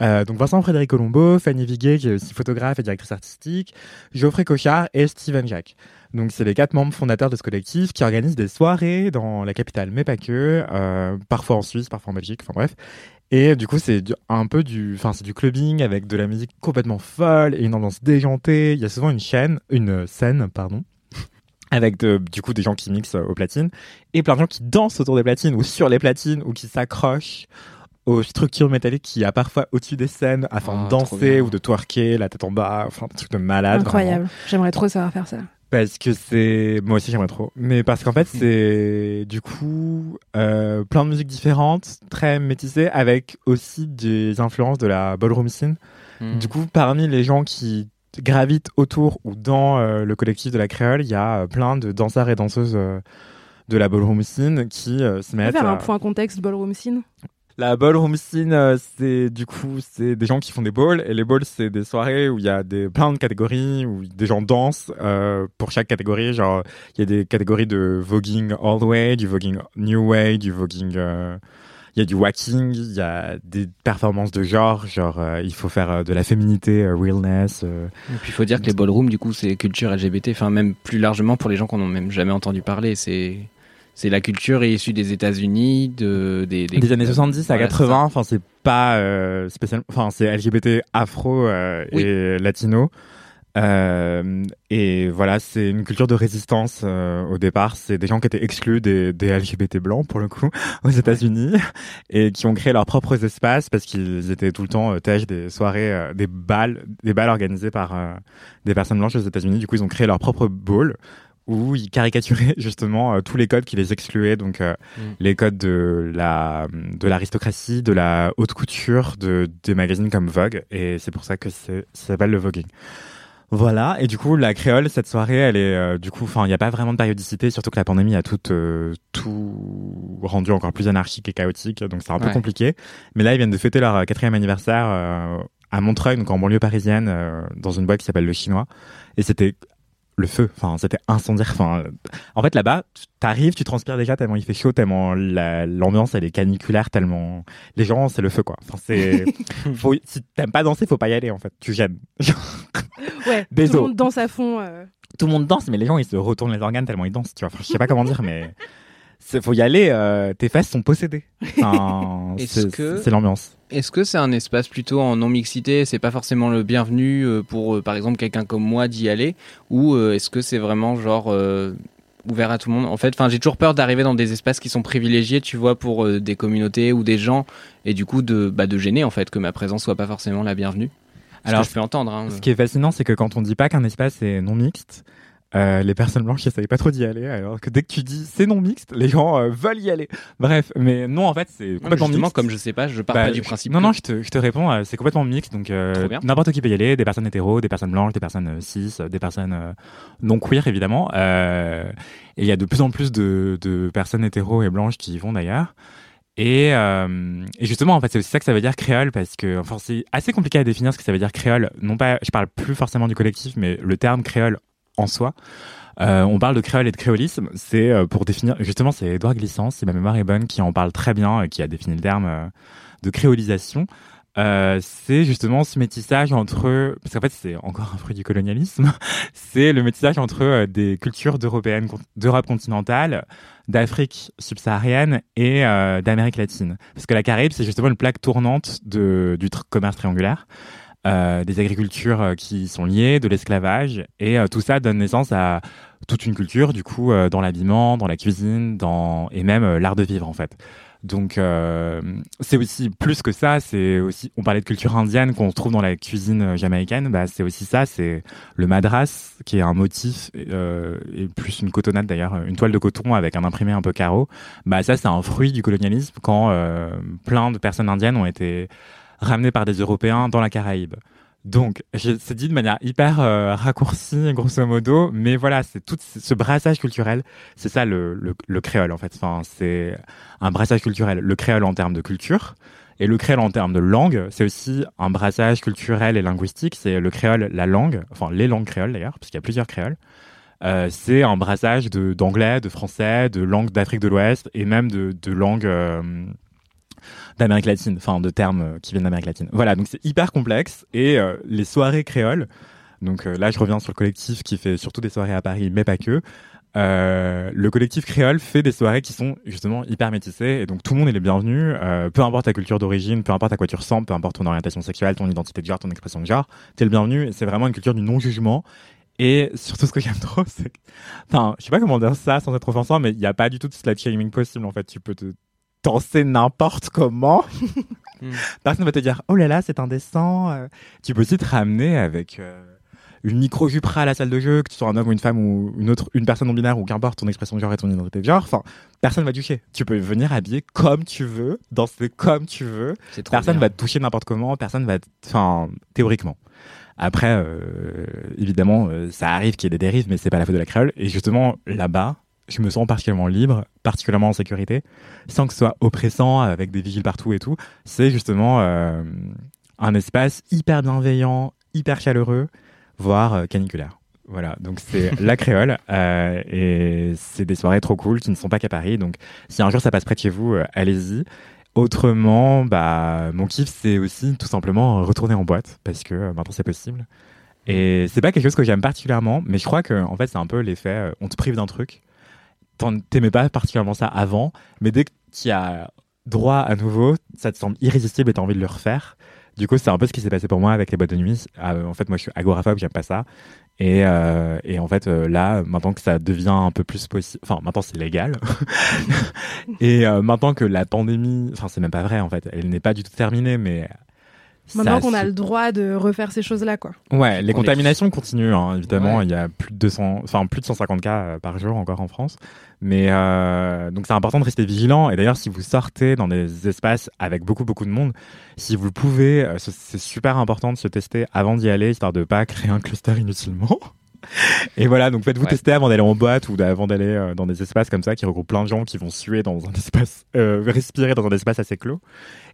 Euh, donc Vincent Frédéric Colombo, Fanny Viguet, qui est aussi photographe et directrice artistique, Geoffrey Cochard et Steven Jacques. Donc c'est les quatre membres fondateurs de ce collectif qui organisent des soirées dans la capitale, mais pas que, euh, parfois en Suisse, parfois en Belgique, enfin bref. Et du coup, c'est du- un peu du, enfin, c'est du clubbing avec de la musique complètement folle et une ambiance déjantée. Il y a souvent une chaîne, une scène, pardon, avec de- du coup des gens qui mixent euh, aux platines et plein de gens qui dansent autour des platines ou sur les platines ou qui s'accrochent aux structures métalliques qu'il y a parfois au-dessus des scènes afin Ah, de trop danser bien. ou de twerker, la tête en bas, enfin, des trucs de malade. vraiment. Incroyable, j'aimerais trop savoir faire ça. Parce que c'est. Moi aussi, j'aimerais trop. Mais parce qu'en fait, c'est du coup euh, plein de musiques différentes, très métissées, avec aussi des influences de la ballroom scene. Mm. Du coup, parmi les gens qui gravitent autour ou dans euh, le collectif de la créole, il y a euh, plein de danseurs et danseuses euh, de la ballroom scene qui euh, se On peut mettent. faire un à- point contexte ballroom scene la ballroom scene, euh, c'est du coup, c'est des gens qui font des balls et les balls, c'est des soirées où il y a des plein de catégories où des gens dansent euh, pour chaque catégorie. Genre, il y a des catégories de voguing all the way, du voguing new way, du voguing. euh, Il y a du whacking, il y a des performances de genre, genre euh, il faut faire euh, de la féminité, euh, realness. euh, Et puis il faut dire que les ballrooms, du coup, c'est culture LGBT, enfin même plus largement pour les gens qu'on n'a même jamais entendu parler. C'est c'est la culture issue des États-Unis, de, des, des, années 70 à Voilà, 80 enfin c'est pas euh, spécialement enfin c'est LGBT afro euh, Oui. et latino Euh, et voilà c'est une culture de résistance euh, au départ c'est des gens qui étaient exclus des, des LGBT blancs pour le coup aux États-Unis et qui ont créé leurs propres espaces parce qu'ils étaient tout le temps euh, tâches des soirées euh, des balles des balles organisées par euh, des personnes blanches aux États-Unis du coup ils ont créé leur propre ball où ils caricaturaient justement euh, tous les codes qui les excluaient donc euh, les codes de la de l'aristocratie, de la haute couture, de des magazines comme Vogue et c'est pour ça que c'est ça s'appelle le voguing. Voilà et du coup la créole cette soirée elle est euh, du coup enfin il n'y a pas vraiment de périodicité surtout que la pandémie a tout euh, tout rendu encore plus anarchique et chaotique donc c'est un peu Ouais. compliqué mais là ils viennent de fêter leur euh, quatrième anniversaire euh, à Montreuil donc en banlieue parisienne euh, dans une boîte qui s'appelle le Chinois et c'était le feu, enfin c'était incendiaire, enfin en fait, là-bas, tu- t'arrives, tu transpires déjà tellement il fait chaud, tellement la- l'ambiance elle est caniculaire, tellement les gens c'est le feu quoi. Enfin c'est, faut- si t'aimes pas danser, faut pas y aller en fait. Tu gênes. Ouais, Des tout le os. monde danse à fond. euh. Tout le monde danse, mais les gens ils se retournent les organes tellement ils dansent. Tu vois, enfin, je sais pas comment dire, mais c'est- faut y aller. euh, tes fesses sont possédées. Enfin, Est-ce c'est que- c'est l'ambiance. Est-ce que c'est un espace plutôt en non-mixité C'est pas forcément le bienvenu euh, pour, euh, par exemple, quelqu'un comme moi d'y aller Ou euh, est-ce que c'est vraiment genre euh, ouvert à tout le monde. En fait, enfin, j'ai toujours peur d'arriver dans des espaces qui sont privilégiés, tu vois, pour euh, des communautés ou des gens, et du coup de, bah, de gêner en fait que ma présence soit pas forcément la bienvenue. Ce Alors, je peux entendre. hein. Ce qui est fascinant, c'est que quand on dit pas qu'un espace est non mixte, euh, les personnes blanches elles savaient pas trop d'y aller, alors que dès que tu dis c'est non mixte, les gens euh, veulent y aller. Bref, mais non, en fait, c'est complètement justement, mixte. comme je sais pas, je pars pas du Bah, je- principe Non, que- non, je te, je te réponds, euh, c'est complètement mixte, donc euh, Trop bien. n'importe qui peut y aller, des personnes hétéros, des personnes blanches, des personnes euh, cis, euh, des personnes euh, non queer évidemment. Euh, et il y a de plus en plus de, de personnes hétéros et blanches qui y vont d'ailleurs. Et, euh, et justement, en fait, c'est aussi ça que ça veut dire créole, parce que enfin, c'est assez compliqué à définir ce que ça veut dire créole. Non pas, je parle plus forcément du collectif, mais le terme créole en soi. Euh, on parle de créole et de créolisme, c'est euh, pour définir, justement, c'est Édouard Glissant, si ma mémoire est bonne, qui en parle très bien, et qui a défini le terme euh, de créolisation. Euh, c'est justement ce métissage entre, parce qu'en fait c'est encore un fruit du colonialisme, c'est le métissage entre euh, des cultures d'européennes, d'Europe continentale, d'Afrique subsaharienne et euh, d'Amérique latine. Parce que la Caraïbe, c'est justement une plaque tournante de, du tr- commerce triangulaire, euh, des agricultures euh, qui sont liées, de l'esclavage, et euh, tout ça donne naissance à toute une culture, du coup, euh, dans l'habillement, dans la cuisine, dans... et même euh, l'art de vivre, en fait. Donc, euh, c'est aussi plus que ça. C'est aussi, on parlait de culture indienne qu'on trouve dans la cuisine euh, jamaïcaine. Bah, c'est aussi ça. C'est le madras, qui est un motif euh, et plus une cotonnade d'ailleurs, une toile de coton avec un imprimé un peu carreau. Bah, ça, c'est un fruit du colonialisme quand euh, plein de personnes indiennes ont été ramenées par des Européens dans la Caraïbe. Donc, je- c'est dit de manière hyper euh, raccourcie, grosso modo, mais voilà, c'est tout ce ce brassage culturel, c'est ça le, le- le créole en fait. Enfin, c'est un brassage culturel. Le créole en termes de culture et le créole en termes de langue, c'est aussi un brassage culturel et linguistique. C'est le créole, la langue, enfin les langues créoles d'ailleurs, parce qu'il y a plusieurs créoles. Euh, c'est un brassage de- d'anglais, de français, de langues d'Afrique de l'Ouest et même de, de langues euh, d'Amérique latine, enfin de termes euh, qui viennent d'Amérique latine. Voilà, donc c'est hyper complexe et euh, les soirées créoles. Donc euh, là, je reviens sur le collectif qui fait surtout des soirées à Paris, mais pas que. Euh, le collectif créole fait des soirées qui sont justement hyper métissées et donc tout le monde est les bienvenus, euh, peu importe ta culture d'origine, peu importe à quoi tu ressembles, peu importe ton orientation sexuelle, ton identité de genre, ton expression de genre, t'es le bienvenu et c'est vraiment une culture du non-jugement et surtout, ce que j'aime trop, c'est que. Enfin, je sais pas comment dire ça sans être offensant, mais il n'y a pas du tout de slut shaming possible. En fait, tu peux te danser n'importe comment. Personne va te dire Oh là là, c'est indécent. Euh, Tu peux aussi te ramener avec euh, une micro-jupe ras à la salle de jeu, que tu sois un homme ou une femme ou une, autre, une personne non-binaire ou qu'importe ton expression de genre et ton identité de genre. Enfin, personne va te toucher. Tu peux venir habiller comme tu veux, danser comme tu veux. trop Personne bien. va te toucher n'importe comment, personne va. t- Enfin, théoriquement. Après, euh, évidemment, euh, ça arrive qu'il y ait des dérives, mais c'est pas la faute de la créole. Et justement, là-bas, je me sens particulièrement libre, particulièrement en sécurité, sans que ce soit oppressant, avec des vigiles partout et tout. C'est justement euh, un espace hyper bienveillant, hyper chaleureux, voire euh, caniculaire. Voilà, donc c'est la créole euh, et c'est des soirées trop cool qui ne sont pas qu'à Paris. Donc si un jour ça passe près de chez vous, euh, allez-y. Autrement, bah, mon kiff, c'est aussi tout simplement retourner en boîte parce que euh, maintenant c'est possible. Et c'est pas quelque chose que j'aime particulièrement, mais je crois que en fait c'est un peu l'effet euh, on te prive d'un truc. T'en- T'aimais pas particulièrement ça avant, mais dès que tu as droit à nouveau, ça te semble irrésistible et t'as envie de le refaire. Du coup, c'est un peu ce qui s'est passé pour moi avec les boîtes de nuit. Euh, en fait, moi, je suis agoraphobe, j'aime pas ça. Et, euh, et en fait, euh, là, maintenant que ça devient un peu plus possible, enfin, maintenant c'est légal. et euh, maintenant que la pandémie, enfin, c'est même pas vrai, en fait, elle n'est pas du tout terminée, mais. Maintenant ça qu'on a se- le droit de refaire ces choses-là, quoi. Ouais, les qu'on est- contaminations continuent, hein, évidemment. Il y a plus de 200, enfin, plus de 150 cas euh, par jour encore en France. Mais euh, donc, c'est important de rester vigilant. Et d'ailleurs, si vous sortez dans des espaces avec beaucoup, beaucoup de monde, si vous le pouvez, euh, ce- c'est super important de se tester avant d'y aller, histoire de pas créer un cluster inutilement. Et voilà, donc faites-vous Ouais. tester avant d'aller en boîte ou avant d'aller euh, dans des espaces comme ça qui regroupent plein de gens qui vont suer dans un espace, euh, respirer dans un espace assez clos.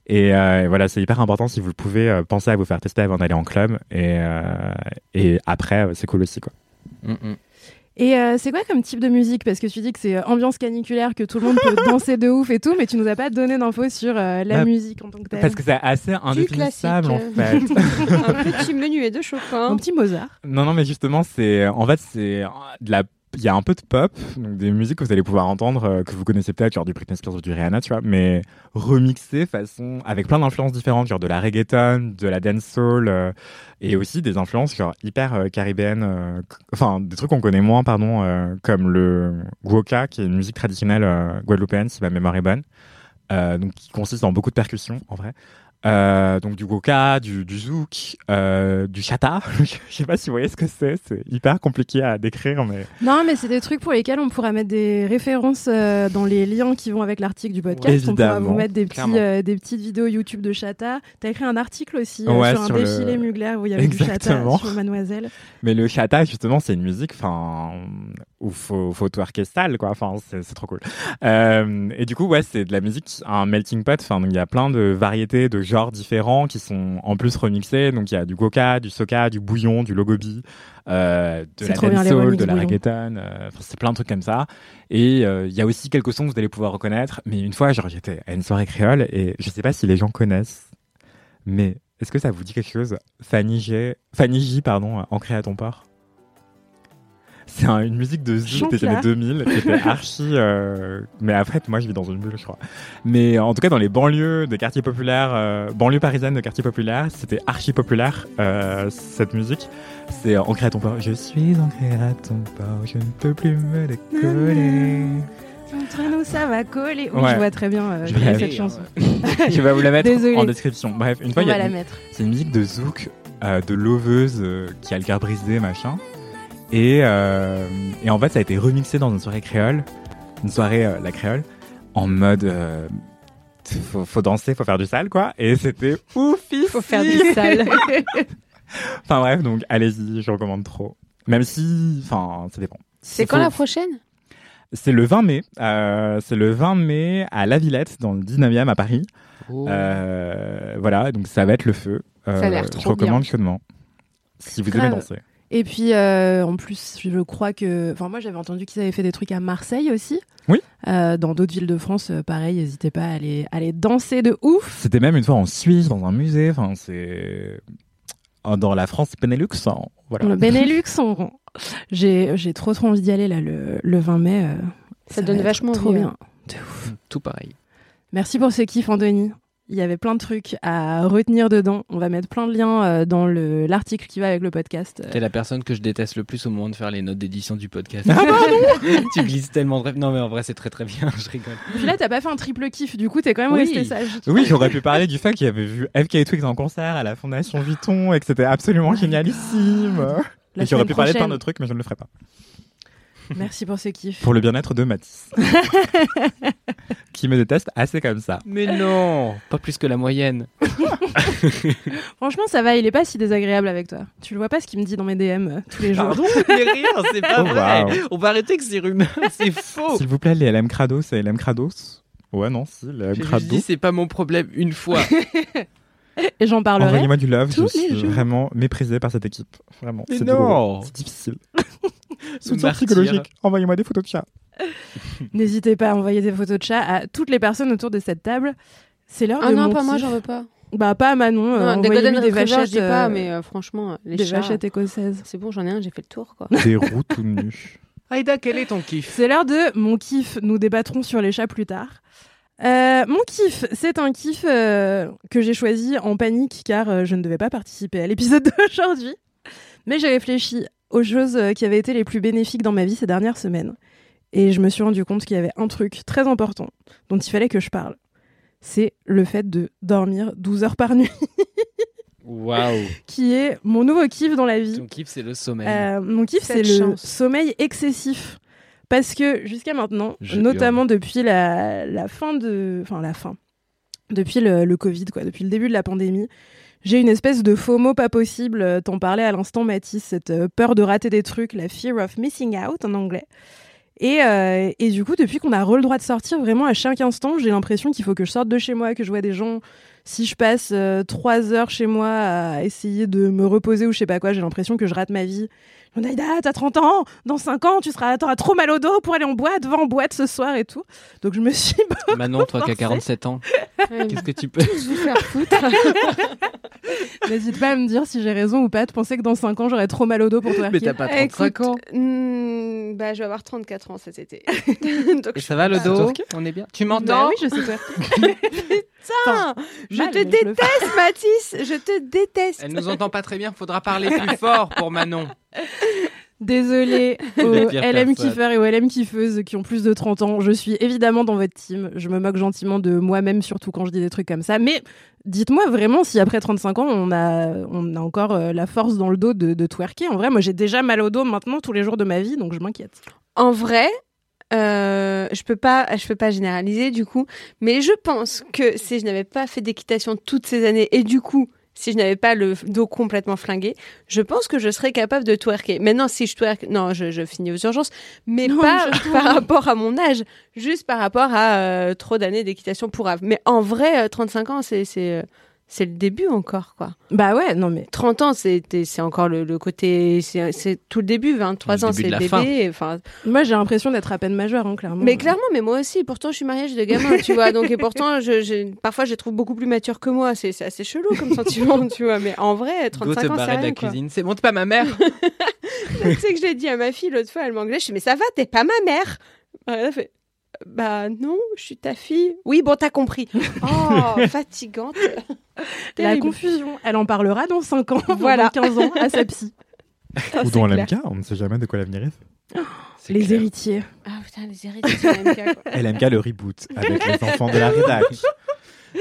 Et, euh, et voilà, c'est hyper important si vous le pouvez, euh, pensez à vous faire tester avant d'aller en club. Et, euh, et après, euh, c'est cool aussi, quoi. Mm, Et euh, c'est quoi comme type de musique Parce que tu dis que c'est euh, ambiance caniculaire, que tout le monde peut danser de ouf et tout, mais tu nous as pas donné d'infos sur euh, la Bah, musique en tant que telle. Parce que c'est assez indéfinissable, en fait. un petit menuet de Chopin. Un petit Mozart. non, non, mais justement, c'est en fait, c'est de la il y a un peu de pop, donc des musiques que vous allez pouvoir entendre, euh, que vous connaissez peut-être, genre du Britney Spears ou du Rihanna, tu vois, mais remixées façon, avec plein d'influences différentes, genre de la reggaeton, de la dancehall, euh, et aussi des influences genre hyper euh, caribéennes, euh, c- enfin des trucs qu'on connaît moins, pardon, euh, comme le guoka, qui est une musique traditionnelle euh, guadeloupéenne, si ma mémoire est bonne, euh, donc qui consiste en beaucoup de percussions, en vrai. Euh, donc du goka, du, du zouk, euh, du chata. Je sais pas si vous voyez ce que c'est. C'est hyper compliqué à décrire, mais Non, mais c'est des trucs pour lesquels on pourra mettre des références euh, dans les liens qui vont avec l'article du podcast. Ouais, on pourra vous évidemment, mettre des, clairement. petits, euh, des petites vidéos YouTube de Chata. T'as écrit un article aussi euh, Ouais, sur, sur un le- défilé Mugler où il y avait Exactement. du Chata sur Mademoiselle. Mais le chata, justement, c'est une musique, enfin, où faut, faut tout orchestral, quoi. Enfin, c'est c'est trop cool. Euh, et du coup, ouais, c'est de la musique, un melting pot. Enfin, donc, il y a plein de variétés, de genres différents qui sont en plus remixés. Donc, il y a du goka, du soca, du bouillon, du logobi, euh, de C'est la trop bien, les dancehall, remixes de la bouillon. reggaeton. euh, enfin, c'est plein de trucs comme ça. Et euh, il y a aussi quelques sons que vous allez pouvoir reconnaître. Mais une fois, genre, j'étais à une soirée créole et je sais pas si les gens connaissent, mais est-ce que ça vous dit quelque chose Fanny G, Fanny J, pardon, euh, Ancré à ton port c'est un- une musique de Zouk des Chante-la. années 2000 qui était archi. euh, mais après, moi, je vis dans une bulle, je crois. Mais euh, en tout cas, dans les banlieues des quartiers populaires, euh, banlieues parisiennes de quartiers populaires, c'était archi populaire euh, cette musique. C'est euh, ancré à ton port. Je suis ancré à ton port, je ne peux plus me décoller. Entre nous, ça va coller. Oui, Ouais. je vois très bien euh, Je quelle est vais- cette chanson. je vais vous la mettre Désolée. en description. Bref, une fois, On il y a va la une- mettre. C'est une musique de zouk, euh, de loveuse euh, qui a le cœur brisé, machin. Et, euh, et en fait, ça a été remixé dans une soirée créole, une soirée euh, la créole, en mode. euh, faut, faut danser, faut faire du sale, quoi. Et c'était ouf. Faut faire du sale. Enfin bref, donc allez-y, je recommande trop. Même si, enfin, ça dépend. C'est Faut- quand la prochaine c'est le 20 mai. Euh, c'est le 20 mai à La Villette, dans le 19e à Paris. Oh. Euh, voilà, donc ça va être le feu. Euh, Ça a l'air Je trop recommande bien. chaudement. Si vous Grave. aimez danser. Et puis, euh, en plus, je crois que. Enfin, moi, j'avais entendu qu'ils avaient fait des trucs à Marseille aussi. Oui. Euh, dans d'autres villes de France, euh, pareil, n'hésitez pas à aller, à aller danser de ouf. C'était même une fois en Suisse, dans un musée. Enfin, c'est. en- Dans la France Benelux. hein. Voilà. Le Benelux, on- j'ai j'ai trop trop envie d'y aller là, le, le 20 mai. euh, Ça donne va être vachement trop envie, hein. bien. Tout pareil. Merci pour ce kiff, Anthony. Il y avait plein de trucs à retenir dedans. On va mettre plein de liens euh, dans le- l'article qui va avec le podcast. Euh, T'es la personne que je déteste le plus au moment de faire les notes d'édition du podcast. bah, Ah, pardon Tu glisses tellement de rêves. Non, mais en vrai, c'est très très bien. Je rigole. Puis là, t'as pas fait un triple kiff, du coup, t'es quand même Oui. resté sage. Oui, j'aurais pu parler du fait qu'il avait vu FK Twigs en concert à la Fondation Vuitton et que c'était absolument génialissime. Oh La et j'aurais semaine pu parler de plein prochaine. d'autres trucs, mais je ne le ferai pas. Merci pour ce kiff. Pour le bien-être de Matisse. qui me déteste assez comme ça. Mais non Pas plus que la moyenne. Franchement, ça va, il est pas si désagréable avec toi. Tu le vois pas ce qu'il me dit dans mes DM euh, tous les jours. Pardon, mais rire, c'est pas Oh, vrai. waouh. On va arrêter que ces rumeurs, c'est faux. S'il vous plaît, les LM Krados, c'est LM Krados Ouais, non, si, les LM J'ai juste dit, Krados. c'est pas mon problème une fois. Et j'en parlerai. Envoyez-moi du love, je tous les suis jours. vraiment méprisée par cette équipe. Vraiment, Mais c'est non. douloureux, c'est difficile. Soutien Martyr. psychologique, envoyez-moi des photos de chat. N'hésitez pas à envoyer des photos de chats à toutes les personnes autour de cette table. C'est l'heure Ah de non, mon pas moi, kiff. j'en veux pas. Bah pas à Manon. euh, Non, des envoyez-lui Golden des Retriever, vachettes, je dis pas, euh, mais euh, franchement, les des chats, vachettes écossaises. C'est bon, j'en ai un, j'ai fait le tour, quoi. Des roues tout nues. Aïda, quel est ton kiff C'est l'heure de mon kiff. Nous débattrons sur les chats plus tard. Euh, mon kiff, c'est un kiff euh, que j'ai choisi en panique car euh, je ne devais pas participer à l'épisode d'aujourd'hui. Mais j'ai réfléchi aux choses euh, qui avaient été les plus bénéfiques dans ma vie ces dernières semaines. Et je me suis rendu compte qu'il y avait un truc très important dont il fallait que je parle. C'est le fait de dormir 12 heures par nuit, Waouh qui est mon nouveau kiff dans la vie. Ton kiff, c'est le sommeil. Euh, mon kiff, c'est Cette le chance. sommeil excessif. Parce que jusqu'à maintenant, Je notamment depuis la, la fin de. Enfin, la fin. Depuis le, le Covid, quoi, depuis le début de la pandémie, j'ai une espèce de FOMO pas possible. euh, T'en parlais à l'instant, Mathis, cette euh, peur de rater des trucs, la fear of missing out en anglais. Et, euh, et du coup, depuis qu'on a re le droit de sortir, vraiment à chaque instant, j'ai l'impression qu'il faut que je sorte de chez moi, que je vois des gens. si je passe euh, trois heures chez moi à essayer de me reposer ou je sais pas quoi, j'ai l'impression que je rate ma vie. Je me dis, Aïda, t'as 30 ans, dans 5 ans, tu seras, t'auras trop mal au dos pour aller en boîte, va en boîte ce soir et tout. Donc je me suis Manon, toi qui as forcée. 47 ans, qu'est-ce que tu peux Je vais faire foutre. N'hésite pas à me dire si j'ai raison ou pas. Tu pensais que dans 5 ans, j'aurais trop mal au dos pour toi. Mais t'as pas 35 Écoute, hmm, bah, je vais avoir 34 ans cet été. Donc, Et je ça va peux le pas- dos On est bien Tu Non. m'entends Bah Oui, je sais toi. Putain, je mal, te mais je le déteste, Mathis. Je te déteste. Elle nous entend pas très bien, faudra parler plus fort pour Manon. Désolée aux Les pires LM personnes. kiffeurs et aux LM kiffeuses qui ont plus de 30 ans. Je suis évidemment dans votre team. Je me moque gentiment de moi-même, surtout quand je dis des trucs comme ça. Mais dites-moi vraiment si après 35 ans, on a, on a encore euh, la force dans le dos de, de twerker. En vrai, moi, j'ai déjà mal au dos maintenant tous les jours de ma vie, donc je m'inquiète. En vrai, euh, je peux pas, je peux pas généraliser du coup, mais je pense que si je n'avais pas fait d'équitation toutes ces années et du coup si je n'avais pas le f- dos complètement flingué, je pense que je serais capable de twerker. Maintenant, si je twerk, non, je, je finis aux urgences, mais Non, pas je- par rapport à mon âge, juste par rapport à euh, trop d'années d'équitation pour Ave. Mais en vrai, euh, 35 ans, c'est c'est euh, c'est le début encore, quoi. Bah ouais, non mais 30 ans, c'est c'est encore le, le côté, c'est c'est tout le début. 23 Le ans, début c'est de la bébé. fin. et, Enfin, moi, j'ai l'impression d'être à peine majeure, hein, clairement. mais clairement, mais moi aussi. Pourtant, je suis mariée, j'ai des gamins, tu vois. Donc, et pourtant, je, je- parfois, je les trouve beaucoup plus matures que moi. C'est c'est assez chelou comme sentiment, tu vois. Mais en vrai, Go 35 te ans, c'est barrer de rien, la quoi. cuisine. C'est bon, t'es pas ma mère Tu sais que je l'ai dit à ma fille l'autre fois, elle m'engueulait. Je dis, mais ça va, t'es pas ma mère. Elle a fait, bah non, je suis ta fille. Oui, bon, t'as compris. Oh, fatigante. La Terrible. confusion, elle en parlera dans 5 ans, voilà. Voilà. 15 ans, à sa psy. Ou Oh, c'est dans clair. LMK, on ne sait jamais de quoi l'avenir est. C'est Les clair. héritiers. Ah putain, les héritiers de MK, quoi. LMK, le reboot, avec les enfants de la rédac.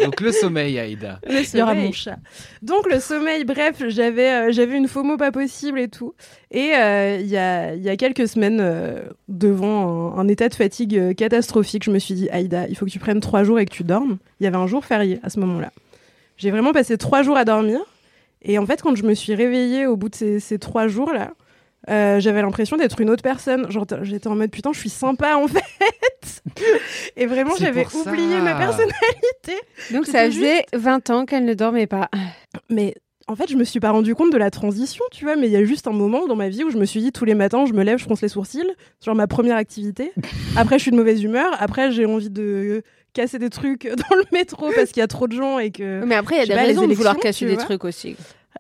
Donc le sommeil, Aïda. Il y aura sommeil. mon chat. Donc le sommeil, bref, j'avais euh, j'avais une FOMO pas possible et tout. Et euh, il y, a, il y a quelques semaines, euh, devant un, un état de fatigue euh, catastrophique, je me suis dit, Aïda, il faut que tu prennes trois jours et que tu dormes. Il y avait un jour férié à ce moment-là. J'ai vraiment passé trois jours à dormir. Et en fait, quand je me suis réveillée au bout de ces, ces trois jours-là, euh, j'avais l'impression d'être une autre personne. Genre, t- J'étais en mode putain, je suis sympa en fait. Et vraiment, C'est j'avais pour ça. oublié ma personne. Donc, C'était ça faisait 20 ans qu'elle ne dormait pas. Mais en fait, je me suis pas rendu compte de la transition, tu vois. Mais il y a juste un moment dans ma vie où je me suis dit tous les matins, je me lève, je fronce les sourcils, c'est genre ma première activité. Après, je suis de mauvaise humeur. Après, j'ai envie de casser des trucs dans le métro parce qu'il y a trop de gens et que. Mais après, il y a Je sais des pas, les raisons de vouloir élections, casser tu des vois. trucs aussi.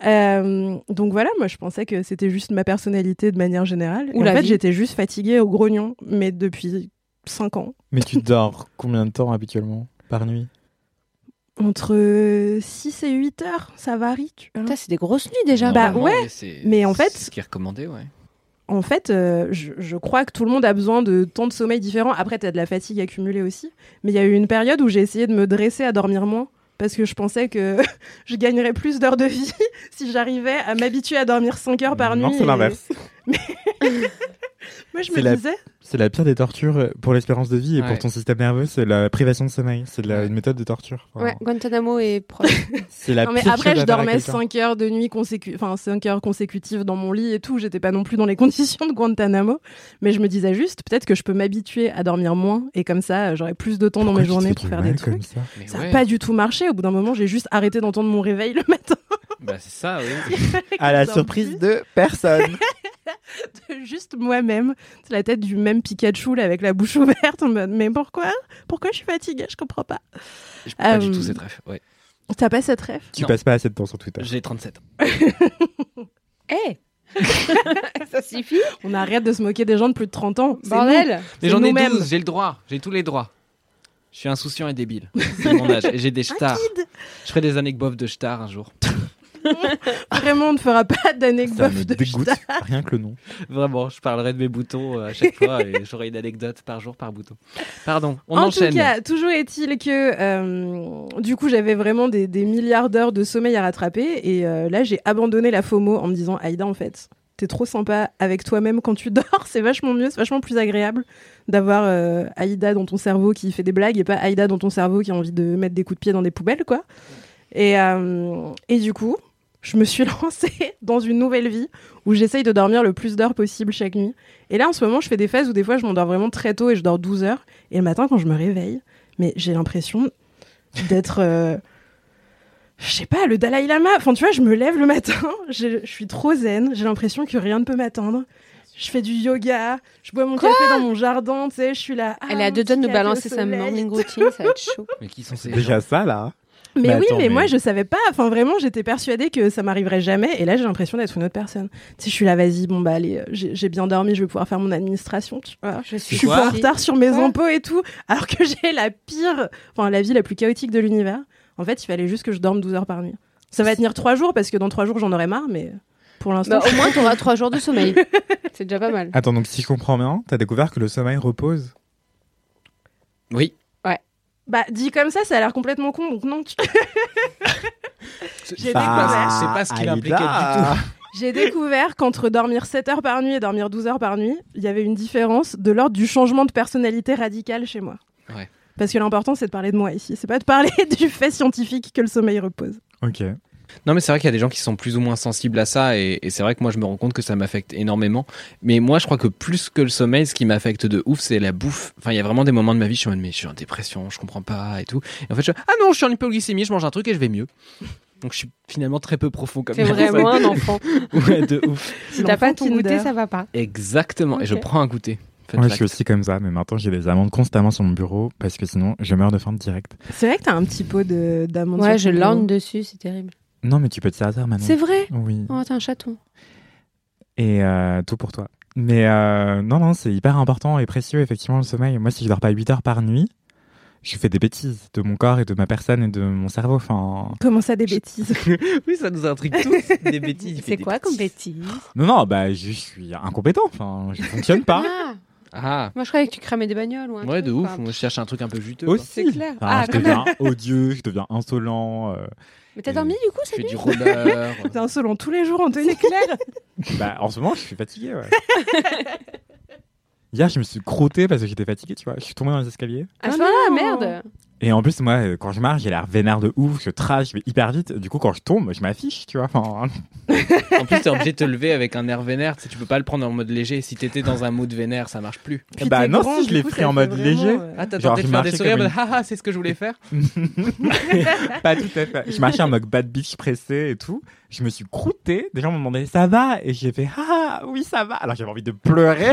Euh, donc voilà, moi, je pensais que c'était juste ma personnalité de manière générale. Ou Et la en fait, vie. j'étais juste fatiguée au grognon, mais depuis 5 ans. Mais tu dors combien de temps habituellement par nuit Entre 6 et 8 heures, ça varie. Tu vois. Putain, c'est des grosses nuits déjà. Bah, Normalement, ouais, c'est- mais en c'est fait- Ce qui est recommandé, ouais. En fait, euh, je, je crois que tout le monde a besoin de temps de sommeil différents. Après, tu as de la fatigue accumulée aussi. Mais il y a eu une période où j'ai essayé de me dresser à dormir moins parce que je pensais que je gagnerais plus d'heures de vie si j'arrivais à m'habituer à dormir 5 heures Oh, par Non, nuit. c'est et- l'inverse. Moi, je C'est me la- disais, C'est la pire des tortures pour l'espérance de vie et Ouais. pour ton système nerveux, c'est la privation de sommeil. C'est de la- Ouais. une méthode de torture. Enfin, Ouais, Guantanamo est proche. C'est la Non, mais pire après, chose je à faire à dormais quelqu'un. 5 heures de nuit consécu- enfin, cinq heures consécutives dans mon lit et tout. J'étais pas non plus dans les conditions de Guantanamo. Mais je me disais juste, peut-être que je peux m'habituer à dormir moins et comme ça, euh, j'aurai plus de temps dans Pourquoi mes tu te fais journées pour du faire mal des trucs. comme ça Mais Ça n'a ouais. pas du tout marché. Au bout d'un moment, j'ai juste arrêté d'entendre mon réveil le matin. Bah, c'est ça, oui. À la surprise de personne. juste moi-même. C'est la tête du même Pikachu là, avec la bouche ouverte. en mode, Mais pourquoi Pourquoi je suis fatiguée Je comprends pas. Je peux pas Euh, du tout cette ref. Ouais. T'as pas cette ref tu Non. passes pas assez de temps sur Twitter. J'ai 37 ans. Eh Ça suffit On arrête de se moquer des gens de plus de 30 ans. C'est Bordel Mais C'est j'en ai nous-mêmes. 12, j'ai le droit, j'ai tous les droits. Je suis insouciant et débile. C'est mon âge. Et j'ai des stars. Je ferai des anecdotes de stars un jour. nous. Vraiment, on ne fera pas Ça d'anecdote me de dégoûte, putain. rien que le nom. Vraiment, je parlerai de mes boutons euh, à chaque fois et j'aurai une anecdote par jour par bouton. Pardon, on en enchaîne. tout cas, toujours est-il que euh, du coup j'avais vraiment des, des milliards d'heures de sommeil à rattraper et euh, là j'ai abandonné la FOMO en me disant Aïda en fait t'es trop sympa avec toi-même quand tu dors c'est vachement mieux c'est vachement plus agréable d'avoir euh, Aïda dans ton cerveau qui fait des blagues et pas Aïda dans ton cerveau qui a envie de mettre des coups de pied dans des poubelles quoi et, euh, et du coup je me suis lancée dans une nouvelle vie où j'essaye de dormir le plus d'heures possible chaque nuit. Et là, en ce moment, je fais des phases où des fois, je m'endors vraiment très tôt et je dors 12 heures. Et le matin, quand je me réveille, mais j'ai l'impression d'être euh, je sais pas, le Dalai Lama. Enfin, tu vois, je me lève le matin, je je suis trop zen, j'ai l'impression que rien ne peut m'attendre. Je fais du yoga, je bois mon café dans mon jardin, tu sais, je suis là. ah, Elle est à deux doigts de nous balancer sa morning routine, ça va être chaud. Mais qui sont ces Déjà gens ça, là. Mais, oui, attends, mais, moi je savais pas. Enfin vraiment, j'étais persuadée que ça m'arriverait jamais. Et là, j'ai l'impression d'être une autre personne. Tu sais, je suis là, vas-y, bon bah allez, euh, j'ai j'ai bien dormi, je vais pouvoir faire mon administration. Tu vois. Je Je suis suis pas en partie. retard sur mes Ouais. impôts et tout, alors que j'ai la pire, enfin la vie la plus chaotique de l'univers. En fait, il fallait juste que je dorme 12 heures par nuit. Ça va tenir trois jours parce que dans trois jours j'en aurai marre, mais pour l'instant. Bah, au moins, t'auras trois jours de sommeil. C'est déjà pas mal. Attends, donc si je comprends bien, t'as découvert que le sommeil repose. Oui. Bah dit comme ça, ça a l'air complètement con, donc non. tu- J'ai Bah, découvert. C'est pas ce qu'il Aïda. impliquait du tout. J'ai découvert qu'entre dormir 7 heures par nuit et dormir 12 heures par nuit, il y avait une différence de l'ordre du changement de personnalité radicale chez moi. Ouais. Parce que l'important, c'est de parler de moi ici. C'est pas de parler du fait scientifique que le sommeil repose. Ok. Non, mais c'est vrai qu'il y a des gens qui sont plus ou moins sensibles à ça, et, et c'est vrai que moi je me rends compte que ça m'affecte énormément. Mais moi, je crois que plus que le sommeil, ce qui m'affecte de ouf, c'est la bouffe. Enfin, il y a vraiment des moments de ma vie, je suis en mode, mais je suis en dépression, je comprends pas et tout. Et en fait, je ah non, je suis en hypoglycémie, je mange un truc et je vais mieux. Donc, je suis finalement très peu profond comme C'est personne. vraiment un enfant. Ouais, de ouf. Si t'as pas L'enfant ton goûter, Kinder. ça va pas. Exactement. Et je Ok. prends un goûter. Fun Moi, je fact. suis aussi comme ça, mais maintenant j'ai des amandes constamment sur mon bureau parce que sinon je meurs de faim direct. C'est vrai que t'as un petit pot de- d'amande. Ouais, je sur ton lorne bureau. dessus, c'est terrible. Non, mais tu peux te servir maintenant. C'est vrai Oui. Oh, t'es un chaton. Et euh, tout pour toi. Mais euh, non, non, c'est hyper important et précieux, effectivement, le sommeil. Moi, si je dors pas 8 heures par nuit, je fais des bêtises de mon corps et de ma personne et de mon cerveau. Enfin, Comment ça, des bêtises Oui, ça nous intrigue tous. des bêtises. C'est quoi comme bêtise non, non, bah, je suis incompétent. Enfin, je fonctionne pas. Ah, Ah, moi je croyais que tu cramais des bagnoles ou un ouais, truc, de ouf. enfin, Moi, je cherche un truc un peu juteux. quoi. Aussi. C'est clair. Enfin, Ah, je quand même. deviens odieux, je deviens insolent. euh, Mais t'as dormi du coup Je cette fais nuit du roller. T'es insolent tous les jours, Anthony. Claire. Bah, en ce moment, je suis fatigué, ouais. Hier, je me suis crotté parce que j'étais fatigué, tu vois. Je suis tombé dans les escaliers. Ah, Ah ce moment-là, non. merde Et en plus, moi, euh, quand je marche, j'ai l'air vénère de ouf, je trash, je vais hyper vite. Du coup, quand je tombe, je m'affiche, tu vois. Enfin, En plus, t'es obligé de te lever avec un air vénère. Tu, sais, tu peux pas le prendre en mode léger. Si t'étais dans un mood vénère, ça marche plus. Puis bah t'es non, grand, si, je du l'ai coup, pris ça en fait mode vraiment, léger. euh, Ah, t'as Genre, tenté de je faire des marchais sourires. comme mais Ah, ah, c'est ce que je voulais faire. pas tout à fait. Je marchais en mode bad bitch pressé et tout. Je me suis croûté. Des gens m'ont demandé ça va Et j'ai fait ah oui, ça va. Alors j'avais envie de pleurer.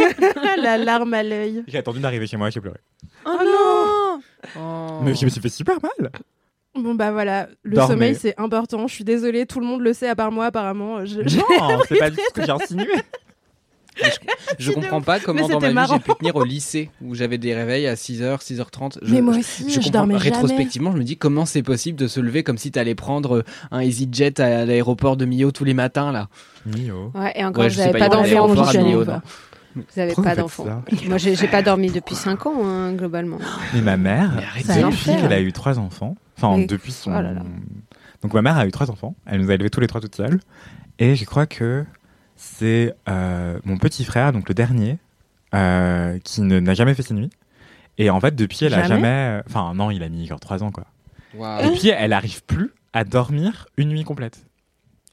La larme à l'œil. J'ai attendu d'arriver chez moi et j'ai pleuré. Oh non Oh. Mais je me suis fait super mal. Bon, bah voilà, le Dormez. sommeil, c'est important. Je suis désolée, tout le monde le sait, à part moi, apparemment. Je- je- Non, c'est pas du tout ce que j'ai insinué. Je comprends pas Mais comment dans ma c'était vie marrant. j'ai pu tenir au lycée où j'avais des réveils à 6h, 6h30. Je, Mais moi je- aussi, je, je comprends- dormais jamais. Rétrospectivement, je me dis comment c'est possible de se lever comme si t'allais prendre euh, un EasyJet à l'aéroport de Millau tous les matins là. Mio. Ouais, et encore, Ouais, je vous sais avez pas, pas il y a un d'enfant, aéroport vous à savez Millau, pas. non. Vous avez Pourquoi pas vous faites d'enfant. Moi, j'ai j'ai pas dormi depuis 5 ans, hein, globalement. Mais ma mère, Mais arrête, c'est c'est une fille, l'enfer. elle a eu trois enfants. Enfin, Mais- depuis son. oh là là. Donc ma mère a eu trois enfants. Elle nous a élevés tous les trois toute seule. Et je crois que c'est euh, mon petit frère, donc le dernier, euh, qui ne- n'a jamais fait ses nuits. Et en fait, depuis, elle a Jamais jamais. euh, Enfin, non, il a mis genre trois ans, quoi. Waouh. Ah. Et puis, elle n'arrive plus à dormir une nuit complète.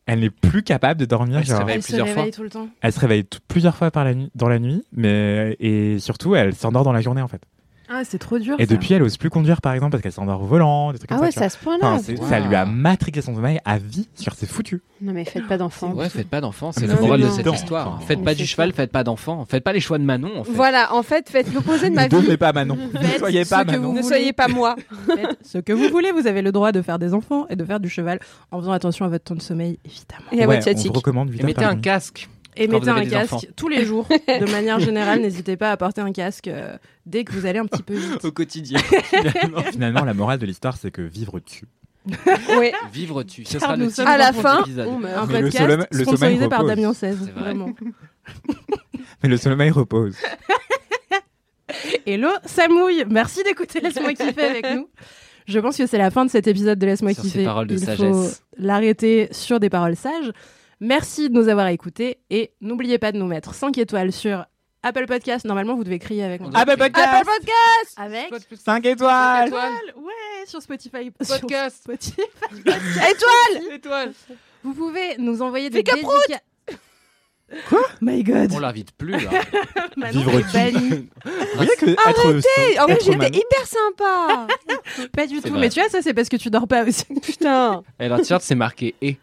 Elle n'est plus capable de dormir. Elle se genre- réveille. Elle se plusieurs réveille fois. tout le temps. Elle se réveille tout- plusieurs fois par la nuit, dans la nuit, mais euh, et surtout, elle s'endort dans la journée, en fait. Ah, c'est trop dur. Et ça. depuis, elle ose plus conduire, par exemple, parce qu'elle s'endort au volant, des trucs Ah comme ouais, ça. ça se point tu vois. là Enfin, c'est- Wow. Ça lui a matriqué son sommeil à vie sur ses foutus. Non, mais faites pas d'enfant. Ouais, faites pas d'enfants, Mais c'est la c'est morale de évident. cette histoire. Enfin, faites mais pas c'est du cheval, faites pas d'enfants, faites pas les choix de Manon. En fait. Voilà, en fait, faites l'opposé de ma ne devenez vie. pas Manon. Ne Faites soyez ce pas que Manon. vous Ne soyez pas moi. Faites ce que vous voulez, vous avez le droit de faire des enfants et de faire du cheval en faisant attention à votre temps de sommeil, évidemment. Et à Ouais, votre on sciatique. vous recommande Et huit heures mettez par un nuit. casque. Et Quand mettez vous avez un des casque enfants. tous les jours. De manière générale, n'hésitez pas à porter un casque euh, dès que vous allez un petit peu vite. Au quotidien. Finalement, la morale de l'histoire, c'est que vivre tue. Ouais. Vivre tu. Ce Car sera le nous titre sommes À la de cet fin, épisode. on meurt. Un Mais le podcast soleil- le sponsorisé sommeil par repose. Damien 16. C'est vrai. Vraiment. Mais le sommeil repose. Hello, ça mouille. Merci d'écouter Laisse-moi kiffer avec nous. Je pense que c'est la fin de cet épisode de Laisse-moi Sur ces kiffer. paroles de Il sagesse. faut l'arrêter sur des paroles sages. Merci de nous avoir écoutés et n'oubliez pas de nous mettre 5 étoiles sur Apple Podcast. Normalement, vous devez crier avec moi. Ah bah, bah, Apple Podcast Avec 5 étoiles Ouais, sur Spotify. Podcast. Sur Spotify. Étoile Vous pouvez nous envoyer des Fais dédicaces. Quoi My God. On l'invite plus, là. Manon Vivre est tu. bannie. Vous voyez que Arrêtez être, En vrai, être j'étais Manon- hyper sympa Pas du tout. vrai. Mais tu vois, ça, c'est parce que tu dors pas aussi. Putain Et leur Eh, t-shirt, c'est marqué E. « et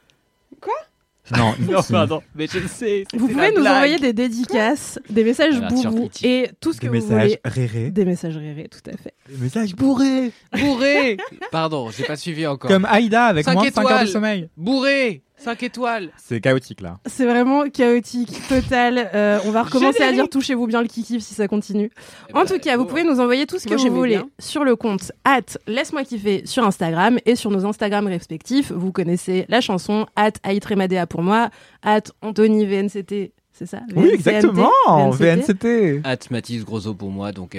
Non, Non, c'est- pardon, mais je le sais. Vous pouvez nous envoyer des dédicaces, des messages Alors, sur boubou Titi. et tout ce que des vous messages voulez. rérés, Des messages rêvés, tout à fait. des messages bourrés. Bourré Pardon, j'ai pas suivi encore. Comme Aïda avec Cinq moins de 5 heures de étoiles. sommeil. Bourré 5 étoiles C'est chaotique là. C'est vraiment chaotique, total. Euh, on va recommencer à dire touchez-vous bien le kiki si ça continue. Eh ben, En bah, tout cas, vous pouvez nous envoyer tout ce que Moi, vous j'aimais voulez bien. sur le compte at laisse-moi kiffer sur Instagram et sur nos Instagram respectifs. Vous connaissez la chanson at Aitremadea pour moi, at Anthony VNCT, c'est ça Oui, VNCNT, exactement. VNCT. VNCT. At Mathis Grosso pour moi, donc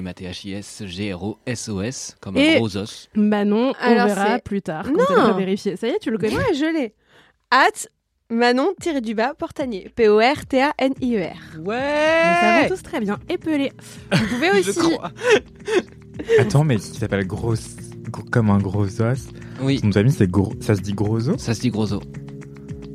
M-A-T-H-I-S-G-R-O-S-O-S, comme Et- un gros os. Manon, Alors, on verra c'est- plus tard. Non. Quand t'auras vérifié. Ça y est, tu le connais. Moi, je l'ai. At Manon tiré du bas Portanier. P-O-R-T-A-N-I-E-R. Nous savons Ouais tous très bien épeler. Vous pouvez aussi Attends, mais ce qui s'appelle gros, gros- comme un gros os. Oui, Nos amis, c'est gros. Ça se dit gros os. ça se dit gros os.